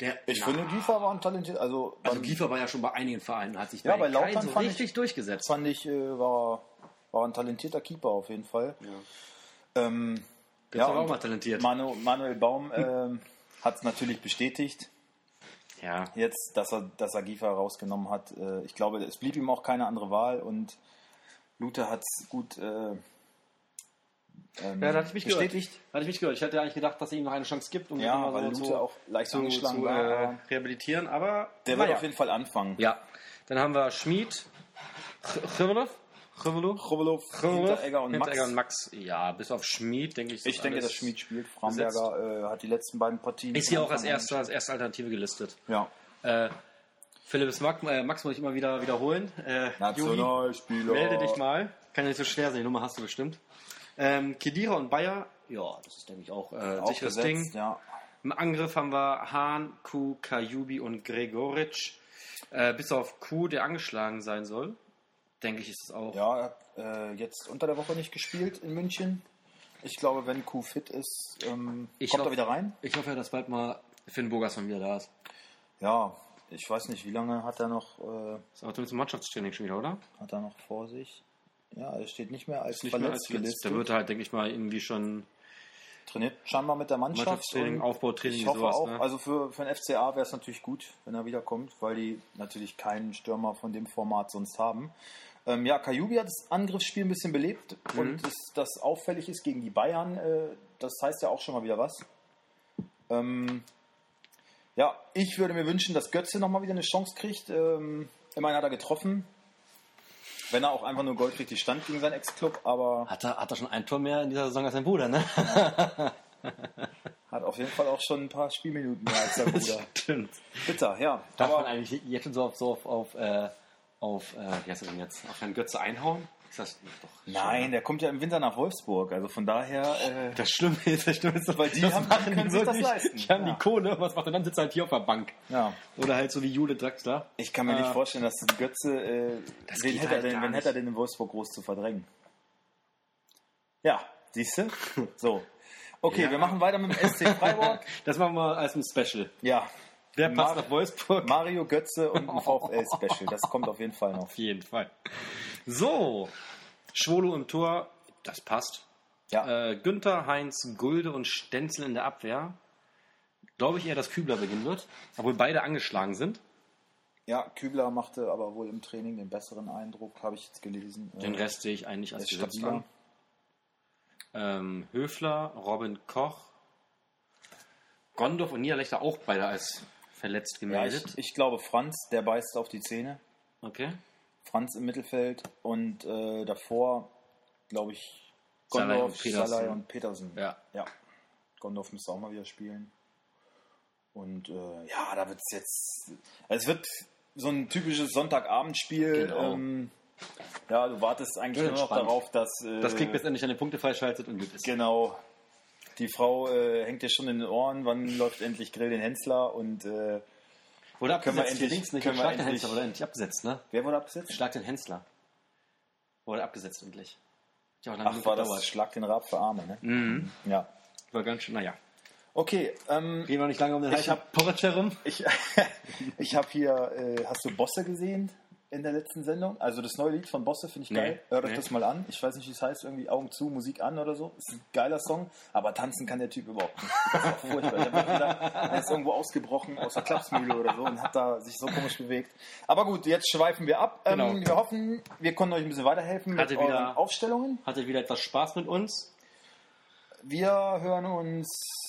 [SPEAKER 2] Der,
[SPEAKER 1] Ich
[SPEAKER 2] na,
[SPEAKER 1] finde, Giefer war ein talentiert. Also,
[SPEAKER 2] Also
[SPEAKER 1] beim-
[SPEAKER 2] Giefer war ja schon bei einigen Vereinen, hat sich
[SPEAKER 1] Ja, bei
[SPEAKER 2] bei keinem
[SPEAKER 1] Lautern
[SPEAKER 2] so
[SPEAKER 1] fand ich-
[SPEAKER 2] richtig durchgesetzt.
[SPEAKER 1] fand ich, äh, war, war ein talentierter Keeper auf jeden Fall. Ähm,
[SPEAKER 2] Gibt's aber
[SPEAKER 1] und
[SPEAKER 2] auch mal talentiert.
[SPEAKER 1] Manu, Manuel Baum ähm, hat es natürlich bestätigt,
[SPEAKER 2] Ja.
[SPEAKER 1] jetzt, dass er, dass er Giefer rausgenommen hat. Äh, ich glaube, es blieb ihm auch keine andere Wahl und Lute hat es gut äh, ähm,
[SPEAKER 2] Ja, da hatte ich mich
[SPEAKER 1] bestätigt.
[SPEAKER 2] gehört. Da hatte ich mich gehört. Ich hatte ja eigentlich gedacht, dass er ihm noch eine Chance gibt, um ihn
[SPEAKER 1] Ja,
[SPEAKER 2] noch mal
[SPEAKER 1] weil Lute auch leicht
[SPEAKER 2] zu,
[SPEAKER 1] angeschlagen
[SPEAKER 2] zu
[SPEAKER 1] war.
[SPEAKER 2] äh,
[SPEAKER 1] aber
[SPEAKER 2] rehabilitieren, aber
[SPEAKER 1] der wird
[SPEAKER 2] naja.
[SPEAKER 1] auf jeden Fall anfangen.
[SPEAKER 2] Ja, dann haben wir Schmid, Chrimmelov, Chrimmelov,
[SPEAKER 1] Krobelow, Hinteregger und Max.
[SPEAKER 2] Hinteregger und Max. Ja, bis auf Schmid, denke ich.
[SPEAKER 1] Ich
[SPEAKER 2] ist
[SPEAKER 1] denke,
[SPEAKER 2] alles-
[SPEAKER 1] dass Schmid spielt. Framberger äh, hat die letzten beiden Partien.
[SPEAKER 2] Ist hier auch als
[SPEAKER 1] Anfang an-
[SPEAKER 2] erster, als erste Alternative gelistet.
[SPEAKER 1] Ja.
[SPEAKER 2] Äh, Philipp Max, äh, Max muss ich immer wieder wiederholen. Äh, Juri,
[SPEAKER 1] Nationalspieler.
[SPEAKER 2] melde dich mal. Kann ja nicht so schwer sein, die Nummer hast du bestimmt. Ähm, Kedira und Bayer, ja, das ist, denke ich, auch äh, ein sicheres
[SPEAKER 1] Aufgesetzt,
[SPEAKER 2] Ding.
[SPEAKER 1] Ja.
[SPEAKER 2] Im Angriff haben wir Hahn, Kuh, Kajubi und Gregoric. Äh, bis auf Kuh, der angeschlagen sein soll, denke ich, ist es auch.
[SPEAKER 1] Ja, er hat äh, jetzt unter der Woche nicht gespielt in München. Ich glaube, wenn Kuh fit ist, ähm,
[SPEAKER 2] Ich
[SPEAKER 1] kommt
[SPEAKER 2] glaub-
[SPEAKER 1] er wieder rein.
[SPEAKER 2] Ich hoffe ja, dass bald mal Finn Burgers von wieder da ist.
[SPEAKER 1] Ja, ich weiß nicht, wie lange hat er noch, äh,
[SPEAKER 2] Ist aber zumindest im Mannschaftstraining schon wieder, oder?
[SPEAKER 1] hat er noch vor sich? Ja, er steht nicht mehr als
[SPEAKER 2] Ist nicht mehr
[SPEAKER 1] verletzt
[SPEAKER 2] als verletzt. Der
[SPEAKER 1] gelistet.
[SPEAKER 2] wird halt, denke ich mal, irgendwie schon
[SPEAKER 1] Trainiert scheinbar mit der Mannschaft.
[SPEAKER 2] Mannschaftstraining,
[SPEAKER 1] und
[SPEAKER 2] Aufbautraining,
[SPEAKER 1] ich hoffe
[SPEAKER 2] sowas.
[SPEAKER 1] auch,
[SPEAKER 2] ne?
[SPEAKER 1] also für, für den FCA wäre es natürlich gut, wenn er wiederkommt, weil die natürlich keinen Stürmer von dem Format sonst haben. Ähm, ja, Kajubi hat das Angriffsspiel ein bisschen belebt
[SPEAKER 2] Mhm.
[SPEAKER 1] und das, das auffällig ist gegen die Bayern, äh, das heißt ja auch schon mal wieder was. Ähm, ja, ich würde mir wünschen, dass Götze nochmal wieder eine Chance kriegt. Ähm, immerhin hat er getroffen. Wenn er auch einfach nur goldrichtig stand gegen seinen Ex-Club, aber
[SPEAKER 2] hat, er, hat er schon ein Tor mehr in dieser Saison als sein Bruder, ne?
[SPEAKER 1] hat auf jeden Fall auch schon ein paar Spielminuten mehr als sein Bruder.
[SPEAKER 2] Stimmt.
[SPEAKER 1] Bitter, ja.
[SPEAKER 2] Darf
[SPEAKER 1] Aber-
[SPEAKER 2] man eigentlich jetzt schon so auf, so auf, auf, äh, auf äh, wie heißt er denn jetzt? Auf Herrn Götze einhauen? Ist das doch
[SPEAKER 1] Nein, der kommt ja im Winter nach Wolfsburg. Also von daher. Äh,
[SPEAKER 2] Das Schlimme ist, das Schlimme ist, doch,
[SPEAKER 1] Weil die
[SPEAKER 2] das
[SPEAKER 1] haben-
[SPEAKER 2] machen
[SPEAKER 1] können sich das leisten.
[SPEAKER 2] Die haben
[SPEAKER 1] Ja.
[SPEAKER 2] die Kohle, was macht er dann? Sitzt er halt hier auf der Bank.
[SPEAKER 1] ja.
[SPEAKER 2] Oder halt so wie Jule Draxler.
[SPEAKER 1] Ich kann mir nicht
[SPEAKER 2] Ah.
[SPEAKER 1] vorstellen, dass Götze. Äh, wen
[SPEAKER 2] geht
[SPEAKER 1] hätte
[SPEAKER 2] halt
[SPEAKER 1] er denn,
[SPEAKER 2] gar
[SPEAKER 1] wen
[SPEAKER 2] nicht.
[SPEAKER 1] hätte er denn in Wolfsburg groß zu verdrängen? Ja, siehst du? So. Okay,
[SPEAKER 2] Ja.
[SPEAKER 1] wir machen weiter mit dem SC Freiburg.
[SPEAKER 2] Das machen wir als ein Special.
[SPEAKER 1] ja.
[SPEAKER 2] Wer passt
[SPEAKER 1] Mar-
[SPEAKER 2] nach Wolfsburg?
[SPEAKER 1] Mario Götze und ein VfL-Special. Das kommt auf jeden Fall noch.
[SPEAKER 2] auf jeden Fall. So, Schwolo im Tor, das passt.
[SPEAKER 1] Ja.
[SPEAKER 2] Äh, Günther, Heinz, Gulde und Stenzel in der Abwehr. Glaube ich eher, dass Kübler beginnen wird, obwohl beide angeschlagen sind.
[SPEAKER 1] ja, Kübler machte aber wohl im Training den besseren Eindruck, habe ich jetzt gelesen.
[SPEAKER 2] Den
[SPEAKER 1] Äh,
[SPEAKER 2] Rest sehe ich eigentlich als
[SPEAKER 1] ist
[SPEAKER 2] gesetzt
[SPEAKER 1] stabiler.
[SPEAKER 2] an. Ähm, Höfler, Robin Koch, Gondorf und Niederlechner auch beide als verletzt
[SPEAKER 1] Ja,
[SPEAKER 2] gemeldet.
[SPEAKER 1] ich, ich glaube, Franz, der beißt auf die Zähne.
[SPEAKER 2] Okay.
[SPEAKER 1] Franz im Mittelfeld und äh, davor, glaube ich,
[SPEAKER 2] Salai
[SPEAKER 1] Gondorf,
[SPEAKER 2] und Petersen.
[SPEAKER 1] Salai und Petersen.
[SPEAKER 2] Ja.
[SPEAKER 1] ja. Gondorf müsste auch mal wieder spielen. Und äh, ja, da wird es jetzt. Also es wird so ein typisches Sonntagabendspiel.
[SPEAKER 2] Genau.
[SPEAKER 1] Ähm, ja, du wartest eigentlich
[SPEAKER 2] Wird
[SPEAKER 1] nur noch
[SPEAKER 2] entspannt.
[SPEAKER 1] darauf, dass. Äh,
[SPEAKER 2] Das kriegt bis endlich an den Punkte freischaltet und gut ist.
[SPEAKER 1] Genau. Die Frau äh, hängt dir schon in den Ohren, wann läuft endlich Grill den Hensler und äh,
[SPEAKER 2] Wurde
[SPEAKER 1] Können wir
[SPEAKER 2] abgesetzt für
[SPEAKER 1] endlich-
[SPEAKER 2] links nicht.
[SPEAKER 1] können wir
[SPEAKER 2] Schlag den
[SPEAKER 1] endlich-
[SPEAKER 2] Hensler, wurde endlich abgesetzt, ne?
[SPEAKER 1] wer wurde abgesetzt?
[SPEAKER 2] Schlag den Hensler. Wurde abgesetzt endlich. Hat Ja, auch lange
[SPEAKER 1] Ach, war das Schlag den Rab für Arme, ne?
[SPEAKER 2] Mhm.
[SPEAKER 1] Ja.
[SPEAKER 2] War ganz schön, naja.
[SPEAKER 1] Okay, ähm,
[SPEAKER 2] Reden wir nicht lange um den
[SPEAKER 1] Ich
[SPEAKER 2] heißen
[SPEAKER 1] hab-
[SPEAKER 2] Porridge herum.
[SPEAKER 1] ich, ich habe hier, äh, hast du Bosse gesehen in der letzten Sendung? Also das neue Lied von Bosse finde ich
[SPEAKER 2] Nee,
[SPEAKER 1] geil. Hört euch
[SPEAKER 2] nee.
[SPEAKER 1] das mal an. Ich weiß nicht, wie es heißt, irgendwie Augen zu, Musik an oder so. Ist ein geiler Song, aber tanzen kann der Typ überhaupt nicht. Das ist auch furchtbar. Ich hab mir gedacht, er ist irgendwo ausgebrochen aus der Klapsmühle oder so und hat da sich so komisch bewegt. Aber gut, jetzt schweifen wir ab. Ähm,
[SPEAKER 2] Genau.
[SPEAKER 1] Wir hoffen, wir konnten euch ein bisschen weiterhelfen
[SPEAKER 2] Hatte
[SPEAKER 1] mit euren
[SPEAKER 2] wieder-
[SPEAKER 1] Aufstellungen.
[SPEAKER 2] Hattet wieder etwas Spaß mit uns.
[SPEAKER 1] Wir hören uns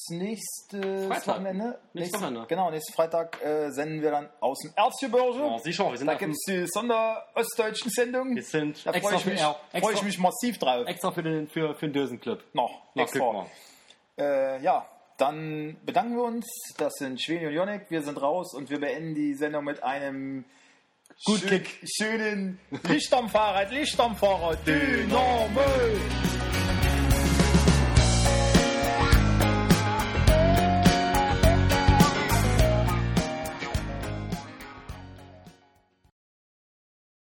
[SPEAKER 1] nächstes
[SPEAKER 2] Freitag.
[SPEAKER 1] Wochenende.
[SPEAKER 2] Nächstes Wochenende.
[SPEAKER 1] Genau, nächsten Freitag äh, senden wir dann aus dem Erzgebirge.
[SPEAKER 2] Ja, Sie schon, wir sind
[SPEAKER 1] da
[SPEAKER 2] auf dem-
[SPEAKER 1] gibt es die Sonderostdeutschen Sendung.
[SPEAKER 2] Wir sind
[SPEAKER 1] da freue
[SPEAKER 2] extra
[SPEAKER 1] ich,
[SPEAKER 2] für-
[SPEAKER 1] mich-
[SPEAKER 2] ja,
[SPEAKER 1] freue ich
[SPEAKER 2] extra-
[SPEAKER 1] mich massiv drauf.
[SPEAKER 2] Extra für den, für, für den Dösenclub.
[SPEAKER 1] noch,
[SPEAKER 2] Na, guck
[SPEAKER 1] extra.
[SPEAKER 2] mal.
[SPEAKER 1] Äh, ja, dann bedanken wir uns. Das sind Schweni und Jonik. Wir sind raus und wir beenden die Sendung mit einem
[SPEAKER 2] Gut
[SPEAKER 1] schön, schönen Licht am Fahrrad, Licht am Fahrrad, Dynamo.